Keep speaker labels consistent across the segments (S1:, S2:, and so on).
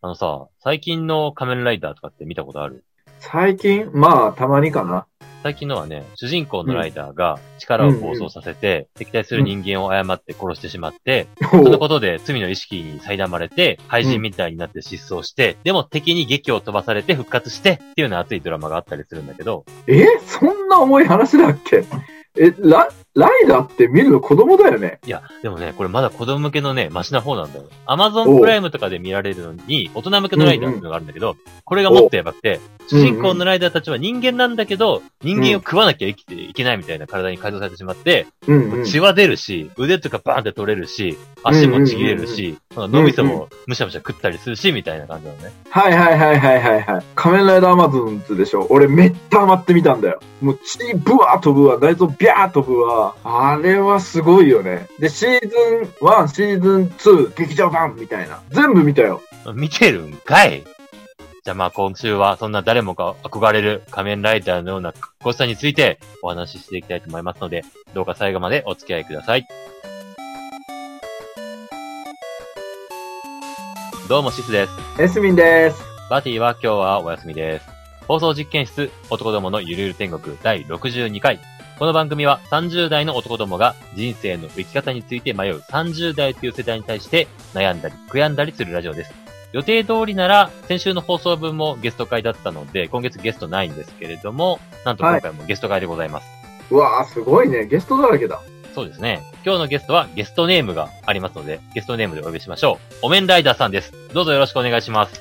S1: あのさ、最近の仮面ライダーとかって見たことある
S2: 最近まあ、たまにかな。
S1: 最近のはね、主人公のライダーが力を暴走させて、敵対する人間を誤って殺してしまって、そのことで罪の意識に苛まれて、廃人みたいになって失踪して、でも敵に劇を飛ばされて復活して、っていうような熱いドラマがあったりするんだけど、
S2: えそんな重い話だっけえ、ラ、ライダーって見るの子供だよね。
S1: いや、でもね、これまだ子供向けのね、マシな方なんだよ。アマゾンプライムとかで見られるのに、大人向けのライダーっていうのがあるんだけど、これがもっとやばくて、主人公のライダーたちは人間なんだけど、人間を食わなきゃ生きていけないみたいな体に改造されてしまって、
S2: うん、うん。
S1: 血は出るし、腕とかバーンって取れるし、足もちぎれるし、なんか脳みそもむしゃむしゃ食ったりするし、みたいな感じなのね。
S2: はいはいはいはいはいはい。仮面ライダーアマゾンズでしょ。俺めっちゃハマってみたんだよ。もう血ブワー飛ぶわ、内臓ビャー飛ぶわ。あれはすごいよね。で、シーズン1、シーズン2、劇場版みたいな。全部見たよ。
S1: 見てるんかいじゃあまあ今週はそんな誰もが憧れる仮面ライダーのような格好さについてお話ししていきたいと思いますので、どうか最後までお付き合いください。どうもシスです。
S2: エスミンです。
S1: バティは今日はお休みです。放送実験室、男どものゆるゆる天国第62回。この番組は30代の男どもが人生の生き方について迷う30代という世代に対して悩んだり悔やんだりするラジオです。予定通りなら先週の放送分もゲスト会だったので今月ゲストないんですけれども、なんと今回もゲスト会でございます。
S2: うわー、すごいね。ゲストだらけだ。
S1: そうですね。今日のゲストはゲストネームがありますので、ゲストネームでお呼びしましょう。お面ライダーさんです。どうぞよろしくお願いします。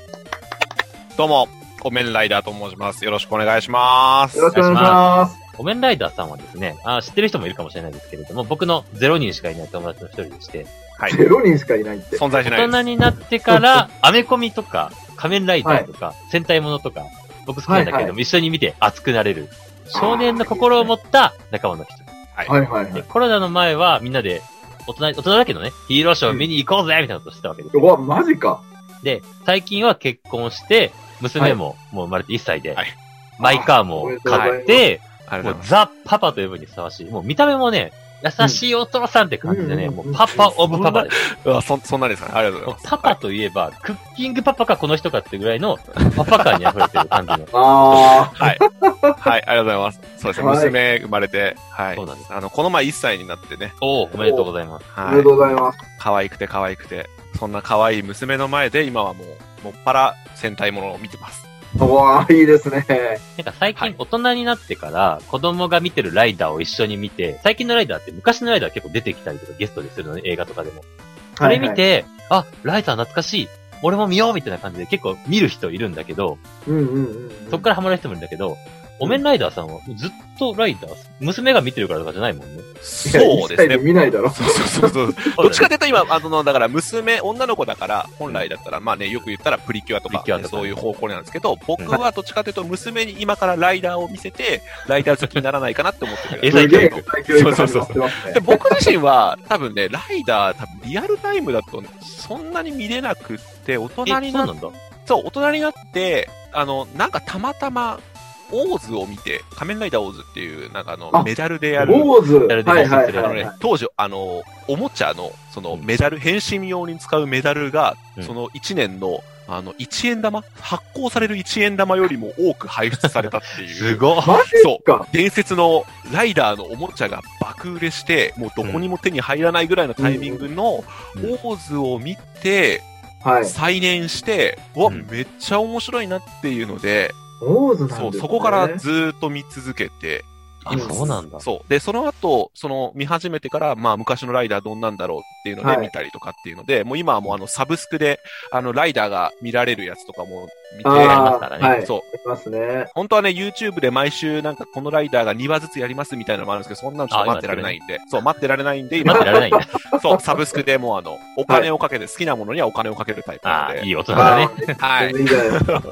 S3: どうも、コメンライダーと申します。よろしくお願いします
S2: よ。ろしくお願いします。
S1: お面ライダーさんはですね、あ知ってる人もいるかもしれないですけれども、僕の0人しかいない友達の一人でして、
S3: はい。
S2: ゼロ人しかいないって。
S3: 存在しな
S1: 大
S3: いで
S1: 人になってから、 アメコミとか、仮面ライダーとか、戦隊ものとか、僕好きなんだけれども、
S2: はい
S1: 一緒に見て熱くなれる、少年の心を持った仲間の人。
S2: はいはいは
S1: で
S2: い。
S1: コロナの前はみんなで、大人、大人だけどね、ヒーローショー見に行こうぜみたいなことしてたわけです
S2: う。わ、マジか。
S1: で、最近は結婚して、娘ももう生まれて1歳で、
S3: はい
S1: マイカーも買って、
S3: す。ありが
S1: も
S3: とう
S1: う
S3: ござい
S1: ザ・パパと呼ぶにふさわしい。もう見た目もね、優しいお父さんって感じでね、
S2: うん。
S1: もうパパオブパパです。
S3: ます。うわ、そ、そんなですかね。ありがとうご
S1: もう
S3: ざい
S1: パパといえば、クッキングパパかこの人かってぐらいのパパ感に溢れてる感じの
S2: あ
S3: ます。はい。はい、ありがとうございます。そうですね。
S2: はい
S3: 娘生まれて、はい。
S1: そうなんです
S3: あの、この前1歳になってね。
S1: おお、おめでとうございます。
S2: ー、
S3: は
S2: おめでとうございます。
S3: 可愛くて可愛くて。そんな可愛い娘の前で、今はもう、もっぱら戦隊ものを見てます。
S2: うわあ、いいですね。
S1: なんか最近
S3: はい
S1: 大人になってから、子供が見てるライダーを一緒に見て、最近のライダーって昔のライダー結構出てきたりとかゲストでするのね、映画とかでも。それ見
S2: はいはい、
S1: て、あ、ライダー懐かしい。俺も見ようみたいな感じで結構見る人いるんだけど、
S2: うんうんうんうん。
S1: そっからハマる人もいるんだけど、お面ライダーさんはずっとライダー、娘が見てるからとかじゃないもんね。
S2: いや
S3: そう
S2: 一
S3: です
S2: 切
S3: ね。
S2: 見ないだろ。
S3: そうそうそうそう。 どっちかというと今、あの、だから娘、女の子だから、本来だったら、まあね、よく言ったらプリキュアと
S1: プ
S3: か、
S1: リキュアとか
S3: そういう方向なんですけど、僕はどっちかというと娘に今からライダーを見せて、ライダー好きにならないかなって思ってる。
S1: 英
S2: す
S1: 才教
S2: げえ
S1: 育。、
S2: 教育
S3: そうそうそう
S2: 始まってますね
S3: で僕自身は、多分ね、ライダー、多分リアルタイムだと、そんなに見れなくって、大人
S1: え、そう
S3: にな
S1: な
S3: っ
S1: んだ。
S3: そう、大人になって、あの、なんかたまたま、オーズを見て、仮面ライダーオーズっていう、なんかあの、
S2: あ
S3: メダルでやる。
S2: 坊主。
S1: や
S2: は
S1: る
S2: い
S1: でも
S2: はい
S1: やっ
S2: は
S1: て
S2: い
S1: る
S3: あの
S2: は
S3: ね、
S2: い。
S3: 当時、あの、おもちゃの、その、メダル、変身用に使うメダルが
S1: うん、
S3: その1年の、あの、1円玉、発行される1円玉よりも多く排出されたってい う。
S1: すごっ。
S2: マジか。
S3: 伝説のライダーのおもちゃが爆売れして、もうどこにも手に入らないぐらいのタイミングの、オ
S1: うんうん
S3: ーズを見て、
S2: はい。
S3: 再燃して、うわ、
S1: うん
S3: めっちゃ面白いなっていうので、
S2: 坊主なんです
S3: そ
S2: ね
S3: う、そこからずーっと見続けてい
S1: あ、
S3: ます。
S1: そうなんだ。
S3: そう。で、その後、その、見始めてから、まあ、昔のライダーどんなんだろうっていうの
S2: は
S3: で
S2: い
S3: 見たりとかっていうので、もう今はもうあの、サブスクで、あの、ライダーが見られるやつとかも見
S2: あ
S3: て、
S1: ますか
S2: あ、
S1: らね
S2: はい。
S3: そう。
S2: ありますね。
S3: 本当はね、YouTube で毎週なんかこのライダーが2話ずつやりますみたいなのもあるんですけど、そんなのちょっと待ってられないんで、そう、待ってられないんで、
S1: 待ってられないんだ。
S3: そう、サブスクでもうあの、お金をかけて、好きなものにはお金をかけるタイプな
S1: あ
S3: の
S1: あ、
S3: で、
S1: いい大人だね。
S2: あ
S3: は
S2: ー全
S3: い。
S2: 然いいじゃないですか。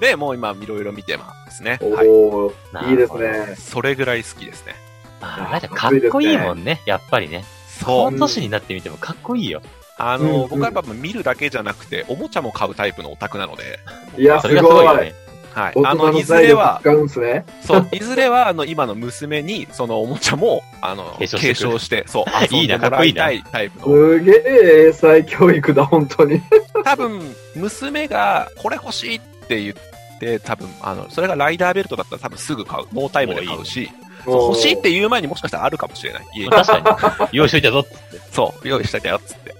S3: で、もう今、いろいろ見てますね。はい。
S2: おお
S1: なるほど
S2: いいです。ね。
S3: それぐらい好きですね。
S1: ああ、ライダーかっこいいもんね、やっぱりね。
S3: そ
S1: こ
S3: う。
S1: の年になってみてもかっこいいよ。
S3: あ
S2: うんう
S3: の、
S2: ん
S3: 僕はやっぱ見るだけじゃなくて、おもちゃも買うタイプのオタクなので、
S2: いや、
S1: そ
S2: す
S1: れがすごい
S2: ご
S1: よ
S2: い。
S1: ね。
S3: はい
S2: 大。
S3: あ
S2: 人
S3: の、
S2: の
S3: いず
S2: 財
S3: れ
S2: 力
S3: は、
S2: 使うんすね。
S3: そう、いずれは、あの、今の娘に、そのおもちゃも、あ の、
S1: 継承してく
S3: 継承して、そう、遊ん
S1: いい
S3: で
S1: なか
S3: も
S1: らっこい
S3: い
S1: いな
S3: たいタイプの。
S2: すげえ英才教育だ、本当に。
S3: 多分、娘が、これ欲しいって言って、多分、あの、それがライダーベルトだったら多分すぐ買う。ノータイムで買うし、そう欲しいって言う前にもしかしたらあるかもしれない。家に
S1: 確かに。用意しといたぞっつって。
S3: そう、用意しといたよ、つって。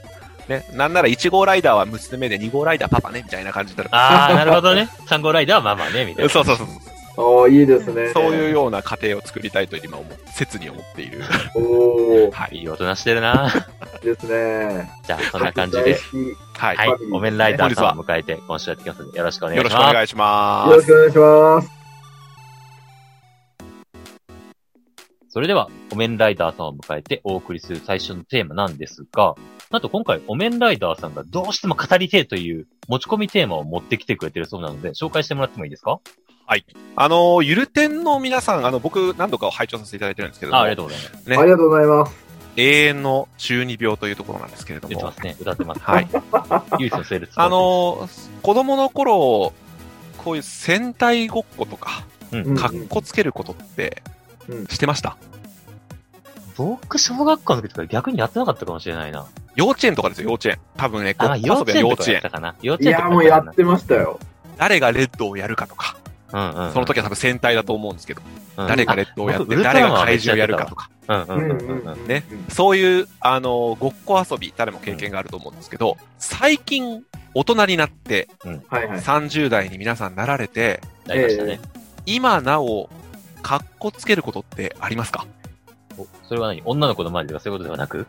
S3: ね、なんなら1号ライダーは娘で2号ライダーパパね、みたいな感じになる。
S1: あー、なるほどね。3号ライダーはまあまあね、みたいな。
S3: そうそうそう。
S2: おーいいですね。
S3: そういうような家庭を作りたいと今思う、切に思って いる。
S2: おー
S3: はい。
S1: いい大人してるな
S2: ですね。
S1: じゃあ、そんな感じで。
S3: はい。
S1: はいい。お面ライダーさんを迎えて、今週やっていきますので、よろしくお願い
S3: よ
S1: し
S3: ろ
S1: ま
S3: し
S1: す。
S3: くお願いしま
S2: よろし
S3: す。
S2: くお願いします。
S1: それでは、お面ライダーさんを迎えてお送りする最初のテーマなんですが、なんと今回、お面ライダーさんがどうしても語りてえという持ち込みテーマを持ってきてくれてるそうなので、紹介してもらってもいいですか
S3: あの、ゆる天の皆さん、あの、僕何度かを拝聴させていただいてるんですけども
S1: あありがとうございます。
S3: ね
S2: ありがとうございます。
S3: 永遠の中二病というところなんですけれど
S1: 出て
S3: も
S1: ま。すね。歌ってます。
S3: はい。
S1: 唯一のセールス。
S3: あ、の、子供の頃、こういう戦隊ごっことか、
S1: うん。
S3: かっこつけることって
S2: うん、
S3: してました。
S1: 僕、小学校の時とか逆にやってなかったかもしれないな。
S3: 幼稚園とかですよ、幼稚園。多分ね、ご
S1: あ、
S3: っ
S1: まあ
S3: こ
S1: 幼
S3: 遊
S1: 稚
S3: び
S1: 園
S3: は幼
S1: とか
S3: 稚
S1: やっ
S3: 園。
S1: たかな。幼稚
S2: い
S1: 園と
S2: や、
S1: か
S2: もうや
S1: やった
S2: ってましたよ。
S3: 誰がレッドをやるかとか、
S1: かな。うんうん。
S3: その時は多分戦隊だと思うんですけど、
S1: うん、
S3: 誰がレッドをやっ
S1: 僕ウ
S3: て、
S1: ルトラ
S3: 誰
S1: マン
S3: が
S1: はめっ
S3: 怪
S1: ちゃ
S3: 獣
S1: や
S3: をや
S1: って
S3: る
S1: たわ
S3: かとか。
S1: うんうんうん
S2: うん
S1: うん。
S2: うん
S3: ね。そういう、あの、ごっこ遊び、誰も経験があると思うんですけど、最近、大人になって、
S2: はいはい。
S3: 30代に皆さんなられて、
S1: なりましたね。
S3: 今なお、かっこつけることってありますか
S1: おそれは何女の子の前でとかそういうことではなく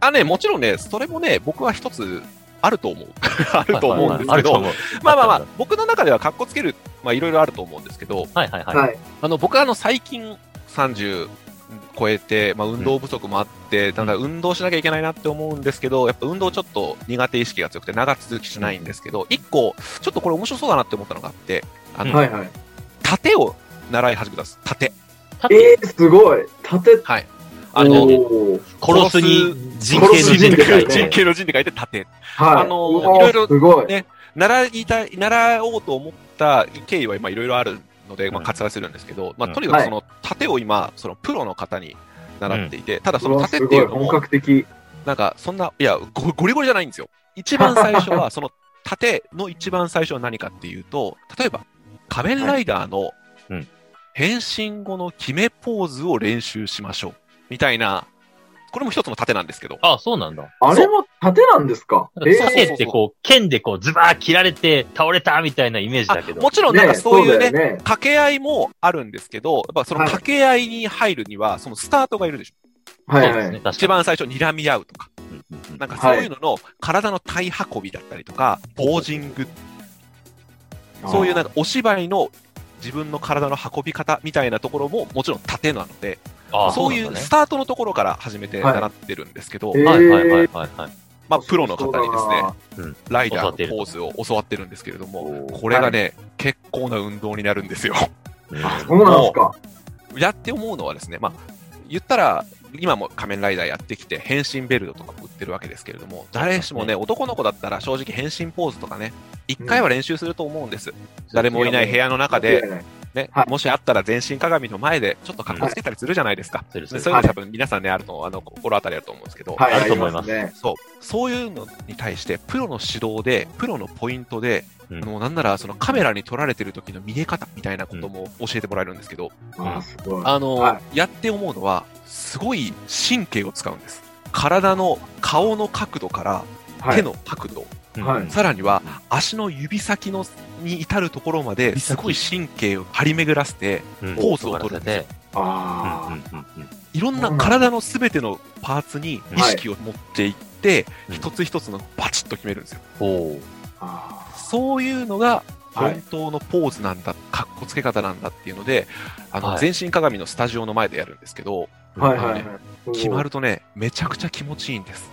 S3: あ、ね、もちろんね、それもね、僕は一つ、あると 思う。あると思うんです
S1: あ
S3: け
S1: ると
S3: ど、
S1: 思う。
S3: まあまあまあ、僕の中ではかっこつける、まあいろいろあると思うんですけど、
S1: はいはいはい。
S2: はい。
S3: あの、僕はあの、最近30超えて、まあ、運動不足もあって、ただ運動しなきゃいけないなって思うんですけど、やっぱ運動ちょっと苦手意識が強くて長続きしないんですけど、一個、ちょっとこれ面白そうだなって思ったのがあって、あの、
S2: はいはい。
S3: 盾を習い始めたんです。盾。
S2: えー、すごい。盾、
S3: はい。
S2: お
S3: あの、
S2: ー
S1: 殺すに人形の人
S2: 人
S1: で書
S2: 形
S1: い
S2: の
S1: て
S3: 人。形の人で書いて盾。
S2: はい。
S3: あの
S2: うわ
S3: いろいろ
S2: すごい。
S3: ね習いたい、習おうと思った経緯は今いろいろあるので、まあ、割愛するんですけど、ま
S1: う
S3: あ、
S1: ん
S3: とにかくその盾を今、そのプロの方に習っていて、ただそうの
S2: わ
S3: 盾
S2: す
S3: ってい
S2: ごいう
S3: の
S2: 本
S3: も、
S2: 格的。
S3: なんか、そんな、いやゴ、ゴリゴリじゃないんですよ。一番最初は、その、盾の一番最初は何かっていうと、例えば、仮面ライダーの
S1: うん、
S3: 変身後の決めポーズを練習しましょう。みたいな、これも一つの盾なんですけど、
S1: あ、そうなんだ。
S2: あれも盾なんですか
S1: なん
S2: え
S1: か、
S3: そう
S1: 盾ってこう、剣でこう、ズバー切られて倒れたみたいなイメージだけ
S3: あ
S1: ど。
S3: もちろ
S2: ー
S3: んなんかそういうね、
S2: だよね。
S3: 掛け合いもあるんですけど、やっぱその掛け合いに入るには、そのスタートがいるでしょ。
S1: そう
S2: はい
S1: です
S2: は
S1: ね。
S2: い。
S1: 確
S3: 一
S1: か
S3: 番最初、睨み合うとか、
S1: にうんうんうん
S3: なんかそういうのの体の体運びだったりとか、ポージングそういうなん
S2: か。
S3: かお芝居の自分の体の運び方みたいなところももちろん盾なので、
S1: あー
S3: そう
S1: ないん
S3: う
S1: だね
S3: スタートのところから始めて習ってるんですけど、
S2: はいえー
S1: はいはいはいはいはい。
S3: まあプロの方にですね、ライダ
S1: 教わっ
S3: ーのポ
S1: てると
S3: ーズを教わってるんですけれども、
S1: おー
S3: これがね、結構な運動になるんですよ。
S2: あそうなんですか。
S3: やって思うのはですね、まあ、言ったら、今も仮面ライダーやってきて、変身ベルトとかも売ってるわけですけれども、誰しもね、男の子だったら正直変身ポーズとかね、一回は練習すると思うんです。誰もいない部屋の中で、ね
S2: はい
S3: もしあったら全身鏡の前でちょっと格好つけたりするじゃないですか。
S1: そうで
S3: そう
S1: す
S3: いうの多分皆さんね、あると、あの、心当たりあると思うんですけど、
S2: はい、
S1: あると思います
S2: ありね。
S3: そう、そういうのに対して、プロの指導で、プロのポイントで、
S1: うん
S3: もうなんならそのカメラに撮られてる時の見え方みたいなことも教えてもらえるんですけど、
S2: あー、すごい。
S3: あの、
S2: は
S3: やって思うのは、すごい神経を使うんです。体の顔の角度から
S2: はい
S3: 手の角度、
S2: はい
S3: さらには足の指先のに至るところまですごい神経を張り巡らせて、ポーズを取るんですよ
S1: て。うん
S2: あ
S1: うんうんうん
S3: いろんな体のすべてのパーツに意識を持っていって、
S1: はい
S3: 一つ一つのバチッと決めるんですよ。
S1: ほう。
S2: ーあ
S3: そういうのが
S2: ー。はい
S3: 本。当のポーズなんだ、かっこつけ方なんだっていうので、あの
S1: はい
S3: 全身鏡のスタジオの前でやるんですけど、
S2: はいはいはい。
S3: 決まるとね、めちゃくちゃ気持ちいいん です。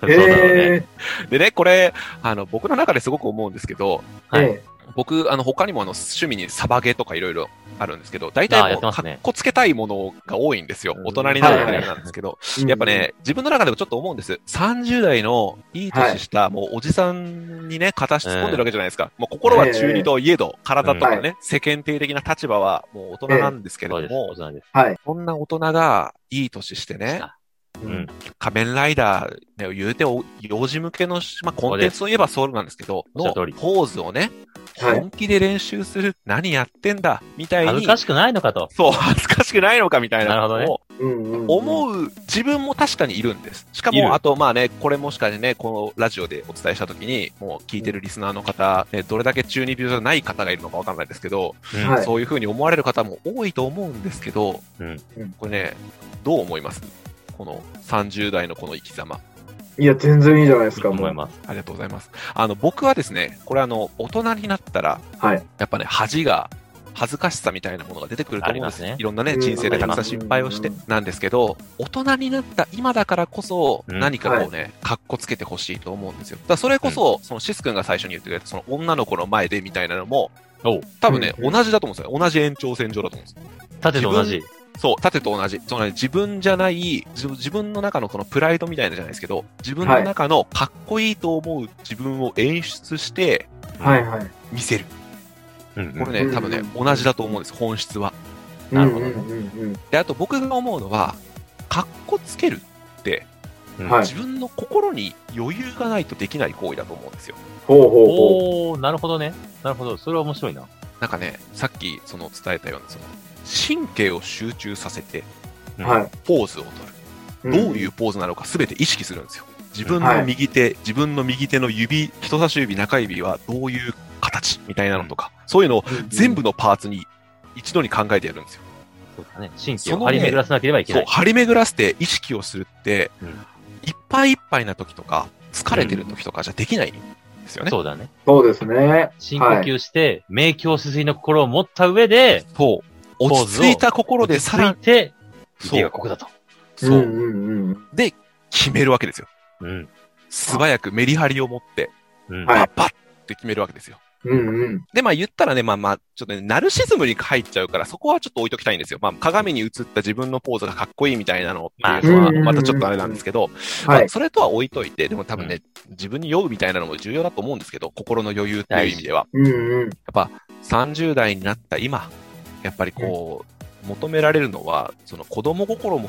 S1: そうだろうね。
S2: え
S3: でね、これ、あの、僕の中ですごく思うんですけど、
S1: はい
S2: え
S3: 僕、あの、他にもあの、趣味にサバゲーとかいろいろあるんですけど、大体
S1: あーや
S3: も
S1: っ
S3: う、
S1: てますね
S3: かっこつけたいものが多いんですよ
S1: う。ん
S3: 大人になるからなんですけど。
S2: うん
S3: やっぱ、ね、自分の中でもちょっと思うんです。30代のいい年した、もうおじさんにね、片し突っ込んでるわけじゃないですか。もう心は中二といえど、体とかね、世間体的な立場はもう大人なんですけれ
S1: そう
S3: ど
S1: です。
S3: も
S1: 大、人です。
S3: そんな大人がいい年してね、
S2: う
S1: うん
S2: ん。
S3: 仮面ライダー、ね、言うてお幼児向けの、まあ、コンテンツといえばそうなんですけど、
S1: おっしゃ
S3: の
S1: る通り
S3: ポーズをね、
S2: はい
S3: 本気で練習する、何やってんだ、みたい
S1: 恥
S3: に
S1: ず、かしくないのかと。
S3: そう、恥ずかしくないのかみたいな
S1: なる
S3: の
S1: ほ
S3: を
S2: うんうんうん
S3: 思う自分も確かにいるんです。しか
S1: いる
S3: も、あと、まあね、これもしかしてね、このラジオでお伝えしたときに、もう聞いてるリスナーの方、ね、どれだけ中二病じゃない方がいるのかわかんないですけど、
S1: うん
S2: はい
S3: そういうふうに思われる方も多いと思うんですけど、
S1: うん
S3: これね、どう思いますこの30代のこの生き様。
S2: いや、全然いいじゃないですか、も
S1: 思
S2: う
S1: い。ます。
S3: ありがとうございます。あの、僕はですね、これあの、大人になったら、
S2: はい。
S3: やっぱね、恥が、恥ずかしさみたいなものが出てくると思うんで
S1: あ
S3: す
S1: りますね
S3: いろんなね、
S2: うん
S3: 人生でたくさん失敗をして
S2: うん
S3: なんですけど、大人になった今だからこそ、
S1: うん
S3: 何かこうね、かっこつけてほしいと思うんですよ。だからそれこそ、そのシス君が最初に言ってくれた、その女の子の前でみたいなのも
S1: おう、
S3: 多分ね、
S2: うん
S3: 同じだと思うんですよ。同じ延長線上だと思うんですよ。
S1: 縦と同じ。
S3: そう、縦と同じ。そのね、自分じゃない、自自分の中のこのプライドみたいなじゃないですけど、自分の中のかっこいいと思う自分を演出して
S2: はいはい。
S3: 見せる。
S1: うんうん
S3: これ
S2: う
S3: ね、
S2: ん
S3: 多分ね、同じだと思うんです、本質は。
S1: なるほど
S2: うんうん
S3: で、あと僕が思うのは、かっこつけるって、
S1: うん
S2: はい
S3: 自分の心に余裕がないとできない行為だと思うんですよ。
S2: ほうほうほう。
S1: おー、なるほどね。なるほど。それは面白いな。
S3: なんかね、さっきその伝えたような、その、神経を集中させて、
S1: うん
S2: はい。
S3: ポーズを取る。
S2: ん
S3: どういうポーズなのか全て意識するんですよ。自分の右手、自分の右手の指、人差し指、中指はどういう形みたいなのとか、そういうのを全部のパーツに一度に考えてやるんですよ。
S1: そうだね。神経を張り巡らさなければいけ
S3: そ
S1: な
S3: う、
S1: い。
S3: 張り巡らせて意識をするって、
S1: うん
S3: いっぱいいっぱいな時とか、疲れてる時とかじゃできないんですよね。
S1: そうだね。
S2: そうですね。
S1: 深呼吸して、明鏡止水の心を持った上で、
S3: そう
S1: ポーズを
S3: 落ち着いた心で
S1: 落ち
S3: さ
S1: 着い
S3: らに、
S1: て、
S3: そ
S1: 池が
S3: う、
S1: ここだと。
S3: そうう、
S2: んうんうん。
S3: 決めるわけですよ。
S1: うん。
S3: 素早くメリハリを持って、
S1: うん。
S2: はい
S3: パッパッって決めるわけですよ。
S2: うんうん。
S3: で、まあ言ったらね、まあまあ、ちょっとね、ナルシズムに入っちゃうから、そこはちょっと置いときたいんですよ。まあ、鏡に映った自分のポーズがかっこいいみたいなのっていうの
S2: まあう
S3: は、
S2: ん
S3: またちょっとあれなんですけど、
S2: は
S3: ま
S2: い
S3: あ。それとは置いといて、でも多分ね、自分に酔うみたいなのも重要だと思うんですけど、心の余裕っていう意味では。
S2: うんうん。
S3: やっぱ、30代になった今、やっぱりこう、求められるのは、その子供心も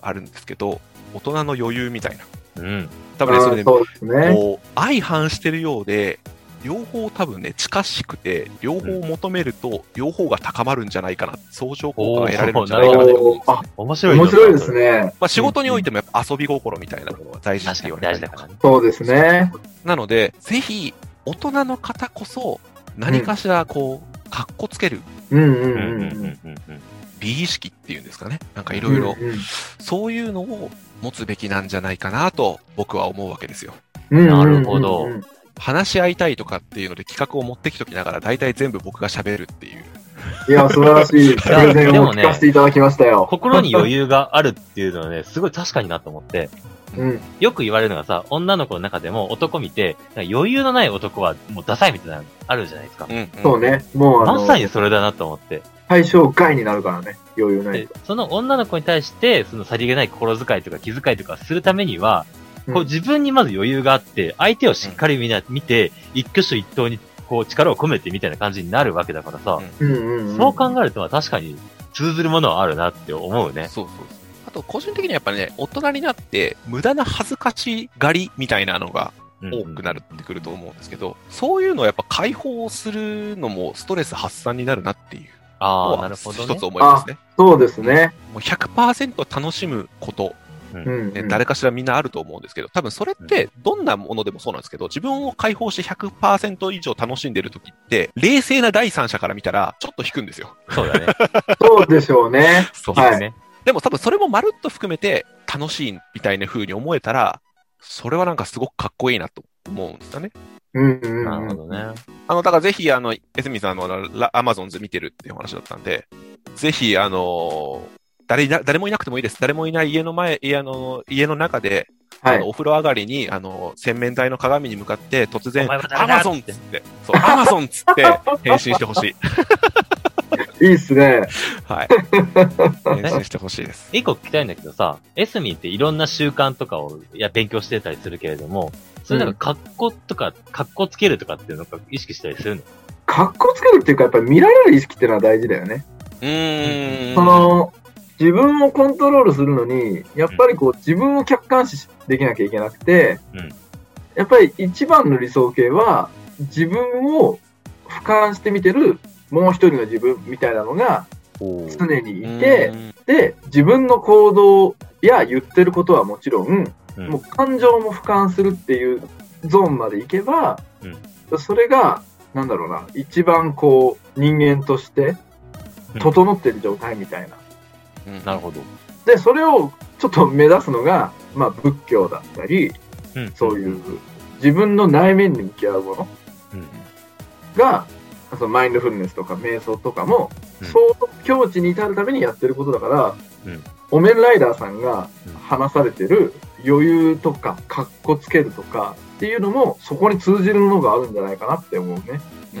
S3: あるんですけど、大人の余裕みたいな。
S1: うん。
S3: 多分ね、そ
S2: あー
S3: れね、
S2: そうですね。
S3: こう相反してるようで両方多分ね近しくて両方求めると両方が高まるんじゃないかな相乗効果が得られるんじゃないかなと思うんです
S2: お
S3: よ
S2: ーあ
S1: 面白いな
S2: 面白いです。ね。
S3: まあ、仕事においてもやっぱ遊び心みたいなものは大事って
S1: 確か
S3: 言わ
S1: に大事
S3: れたり
S1: だか
S3: とから
S1: ね。
S2: そうですね。
S3: なのでぜひ大人の方こそ何かしらこうかっこつける
S2: うんうん
S1: うん
S2: う
S1: う
S2: ん
S1: ん
S2: うん。
S1: うんうん。
S3: 美意識っていうんですかねなんかいろいろそういうのを持つべきなんじゃないかなと僕は思うわけですよ
S2: うんうん。
S1: なるほど
S2: うんうんうん
S3: 話し合いたいとかっていうので企画を持ってきときながら大体全部僕が喋るっていう
S2: いや、素晴らしいプレゼンを聞かせていただきましたよ。
S1: 心に余裕があるっていうのはね、 すごい確かになと思って、
S2: うん。
S1: よく言われるのがさ、女の子の中でも男見て、なんか余裕のない男はもうダサいみたいなのあるじゃないですか。
S3: うんうん
S2: そうね。もう、あ
S1: まさ
S2: の、
S1: にそれだなと思って。
S2: 対象外になるからね。余裕ない
S1: で。、その女の子に対して、そのさりげない心遣いとか気遣いとかするためには、
S2: うん
S1: こう自分にまず余裕があって、相手をしっかり見な、見て、一挙手一投にこう力を込めてみたいな感じになるわけだからさ、
S2: うんうんん。
S1: そう考えるとまあ確かに通ずるものはあるなって思うね。
S3: そうそうそう。あと、個人的にはやっぱね、大人になって、無駄な恥ずかしがりみたいなのが多くなるってくると思うんですけど、そういうのをやっぱ解放するのもストレス発散になるなっていう
S1: あ
S3: の
S1: あ、な
S3: は、
S1: るほど
S3: 一
S1: ね
S3: つ。思いますね。
S2: そうですね。
S3: もう100%楽しむこと、
S2: うんうん。
S3: ね誰かしらみんなあると思うんですけど、多分それってどんなものでもそうなんですけど、自分を解放して100%以上楽しんでるときって、冷静な第三者から見たら、ちょっと引くんですよ。
S1: そうだね。
S2: そうでしょうね。
S1: そう
S2: はい
S1: ですね。
S3: でも多分それもまるっと含めて楽しいみたいな風に思えたら、それはなんかすごくかっこいいなと思うんですよね。
S2: うんうんうん。
S1: なるほどね。。
S3: あの、だからぜひ、あの、エスミさんのラアマゾンズ見てるっていうお話だったんで、ぜひ、あのー誰いな、誰もいなくてもいいです。誰もいない家の前、家の、家の中で、
S2: は
S3: あの
S2: い。
S3: お風呂上がりにあの洗面台の鏡に向かって突
S1: お
S3: 然、
S1: 前はダ
S3: ア
S1: メだ
S3: マゾンっつって、そう、アマゾンっつって 返信してほしい。
S2: いいっすね。
S3: はい。 返信してほしいです。
S1: 一個聞きたいんだけどさ、エスミンっていろんな習慣とかをいや勉強してたりするけれども、それなんか格好とか、格好つけるとかっていうのか意識したりするの
S2: 格好つけるっていうか、やっぱり見られる意識っていうのは大事だよね。
S3: うーん。
S2: その、自分をコントロールするのに、やっぱりこう、自分を客観視できなきゃいけなくて、
S1: うん
S2: やっぱり一番の理想形は、自分を俯瞰して見てる、もう一人の自分みたいなのが
S1: お
S2: 常に
S3: う
S2: いて、
S3: ん
S2: で、自分の行動や言ってることはもちろん、
S1: うん
S2: もう感情も俯瞰するっていうゾーンまでいけば、それが、なんだろうな、一番こう、人間として、整ってる状態みたいな。
S3: うん
S1: なるほど。
S2: で、それをちょっと目指すのが、まあ、仏教だったり、
S1: うん。
S2: そういう、自分の内面に向き合うもの
S1: うん。
S2: が、そのマインドフルネスとか瞑想とかも、
S1: うん
S2: そう境地に至るためにやってることだから、
S1: うん
S2: お面ライダーさんが
S1: うん
S2: 話されてる余裕とか、かっこつけるとかっていうのも、そこに通じるものがあるんじゃないかなって思うね。
S3: うん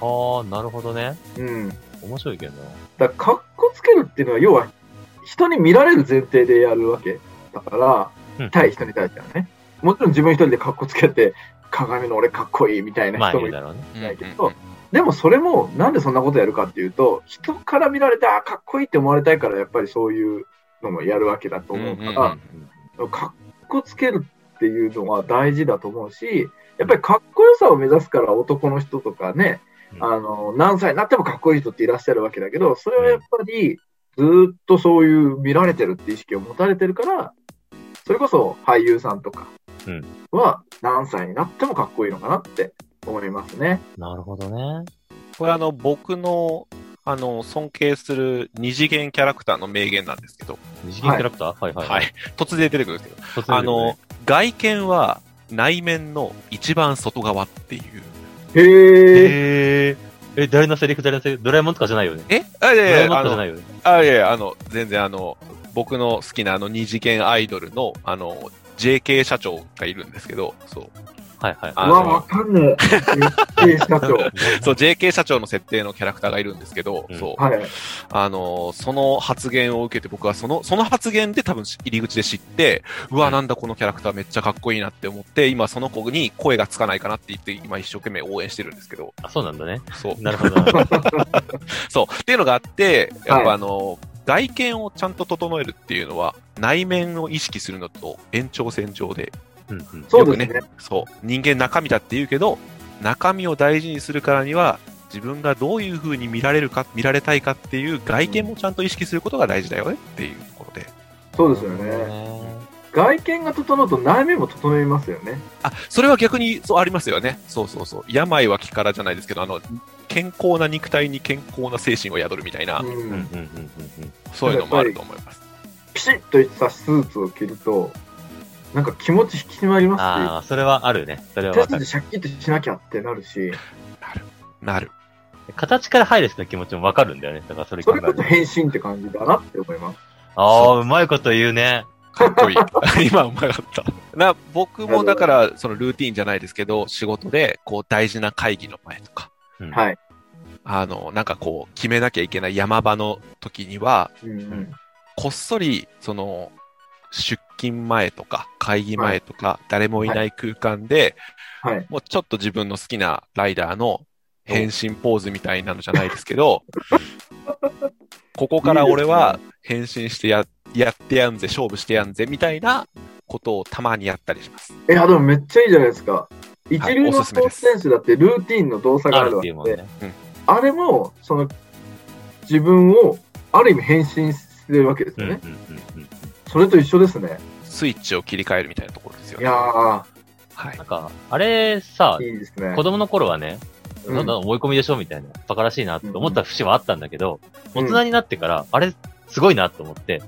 S1: あー、なるほどね。
S2: うん。
S1: 面白いけどな。
S2: だから、かっこつけるっていうのは、要は、人に見られる前提でやるわけだから、
S1: うん
S2: 対人に対してはね。もちろん自分一人でかっこつけて、鏡の俺かっこいいみたいな
S1: まあ
S2: 人
S1: い
S2: もい
S1: る
S2: る。
S1: だろうね。
S3: うん
S2: ないけどでもそれも、なんでそんなことやるかっていうと、人から見られて、あーかっこいいって思われたいから、やっぱりそういうのもやるわけだと思うから、
S3: うん
S2: かっこつけるっていうのは大事だと思うし、やっぱりかっこよさを目指すから男の人とかね、
S1: うん
S2: あの、何歳になってもかっこいい人っていらっしゃるわけだけど、それはやっぱりずーっとそういう見られてるって意識を持たれてるから、それこそ俳優さんとか
S1: うん
S2: は何歳になってもかっこいいのかなって思いますね。
S1: なるほどね。
S3: これあの、僕の、あの、尊敬する二次元キャラクターの名言なんですけど、
S1: 二次元キャラクターはいはい。
S3: はい。 突然出てくるんですけど、
S1: 突然
S3: あの、外見は内面の一番外側っていう。
S2: へえ。
S1: えー、え、誰のセリフ誰のセリフドラえもんとかじゃないよね。
S3: えあ、い
S1: ドラ
S3: やいや
S1: え
S3: い
S1: もん
S3: や、あ
S1: とかじゃな
S3: の、
S1: いよね。
S3: あいやいや、あの、全然あの、僕の好きなあの二次元アイドルの、あの、JK 社長がいるんですけど、そう。
S1: はいはい。
S3: あ
S2: うわ、わ
S3: の、
S2: かんねえ。えー社 長。
S3: そう、JK 社長の設定のキャラクターがいるんですけど、
S1: うん
S3: そう。
S2: はい。
S3: あの、その発言を受けて僕はその、その発言で多分入り口で知って、う
S1: う
S3: わ、
S1: ん
S3: なんだこのキャラクターめっちゃかっこいいなって思って、今その子に声がつかないかなって言って、今一生懸命応援してるんですけど、
S1: あそうなんだね。
S3: そう。
S1: なるほど。
S3: そう。っていうのがあって、やっ
S2: は
S3: ぱ
S2: い
S3: あの、外見をちゃんと整えるっていうのは、内面を意識するのと延長線上で、
S1: うんうん
S2: そう
S3: よ
S2: で
S3: く
S2: すね。
S3: そう、人間中身だって言うけど、中身を大事にするからには、自分がどういう風に見られるか、見られたいかっていう外見もちゃんと意識することが大事だよねっていうところで。
S2: そうですよね。外見が整うと内面も整いますよね。
S3: あ、それは逆に、そう、ありますよね。そうそうそう。病は気からじゃないですけど、あの、健康な肉体に健康な精神を宿るみたいな、
S2: う
S1: うんうん
S2: ん、
S1: うんうんうん。
S3: そういうのもあると思います。
S2: ピシッといったスーツを着ると、なんか気持ち引き締まりま
S1: ああ、それはあるね。それ
S2: す
S1: は
S2: し、手
S1: わか
S2: 筋
S1: る。
S2: シャキッとしなきゃってなるし、
S3: なる。
S1: 形から入る人の気持ちもわかるんだよね。だからそれ
S2: そ
S1: 考え
S2: れ
S1: る
S2: こそ
S1: と。
S2: 変身って感じだなって思います。
S1: ああ、うまいこと言うね。
S3: かっこい い。今うまかった。な、僕もだから、そのルーティンじゃないですけど、仕事で、こう、大事な会議の前とか、
S1: うん
S2: はい。
S3: あの、なんかこう、決めなきゃいけない山場の時には、
S2: うんうん、
S3: こっそり、その、出勤前とか、会議前とか、誰もいない空間で、
S2: はい。
S3: もうちょっと自分の好きなライダーの変身ポーズみたいなのじゃないですけ ど、ここから俺は変身してや、やってやんぜ、勝負してやんぜ、みたいなことをたまにやったりします。
S2: え、あ、でもめっちゃいいじゃないですか。一流
S3: お
S2: の
S3: すす
S2: ス
S3: め
S2: ポ
S3: で
S2: ー
S3: す
S2: ツ選手だってルーティンの動作が
S1: あ
S2: ある
S1: るっ
S2: わ
S1: てい
S2: け
S1: うもんね
S2: で、。あれも、その、自分を、ある意味変身してるわけです
S1: うん
S2: よ
S1: うん
S2: ね。
S1: うんうん。
S2: それと一緒ですね。
S3: スイッチを切り替えるみたいなところですよ
S2: い
S3: ね。
S2: やー、
S3: はい
S1: なん。か、あれさ、
S2: いいですね
S1: 子。供の頃はね、
S2: うん
S1: なんだ思い込みでしょみたいな、バカらしいなって思った節はあったんだけど、
S2: うん
S1: 大人になってから、あれ、すごいなと思って、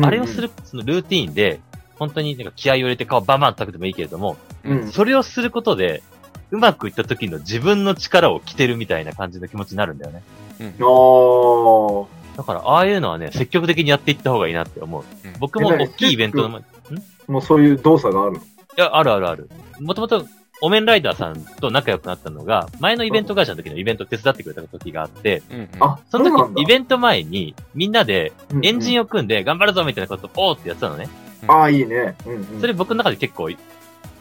S1: あれをする、そのルーティーンで、本当になんか気合を入れて顔バンバン叩くでもいいけれども、
S2: うんうん。
S1: それをすることで、うまくいった時の自分の力を着てるみたいな感じの気持ちになるんだよね。
S2: うん。おー。
S1: だから、ああいうのはね、積極的にやっていった方がいいなって思う
S3: うん。
S1: 僕も大きいイベントの前、
S2: もうそういう動作があるの。
S1: いや、あるあるある。もともと、お面ライダーさんと仲良くなったのが、前のイベント会社の時のイベント手伝ってくれた時があって、
S3: うんうん
S2: あ、
S1: その
S2: うなんだ
S1: 時、イベント前に、みんなで、エンジ
S2: うん
S1: ンを組んで、頑張るぞみたいなことを、おーってやってたのね。
S2: うんああ、いいね。うんうん、
S1: それ僕の中で結構、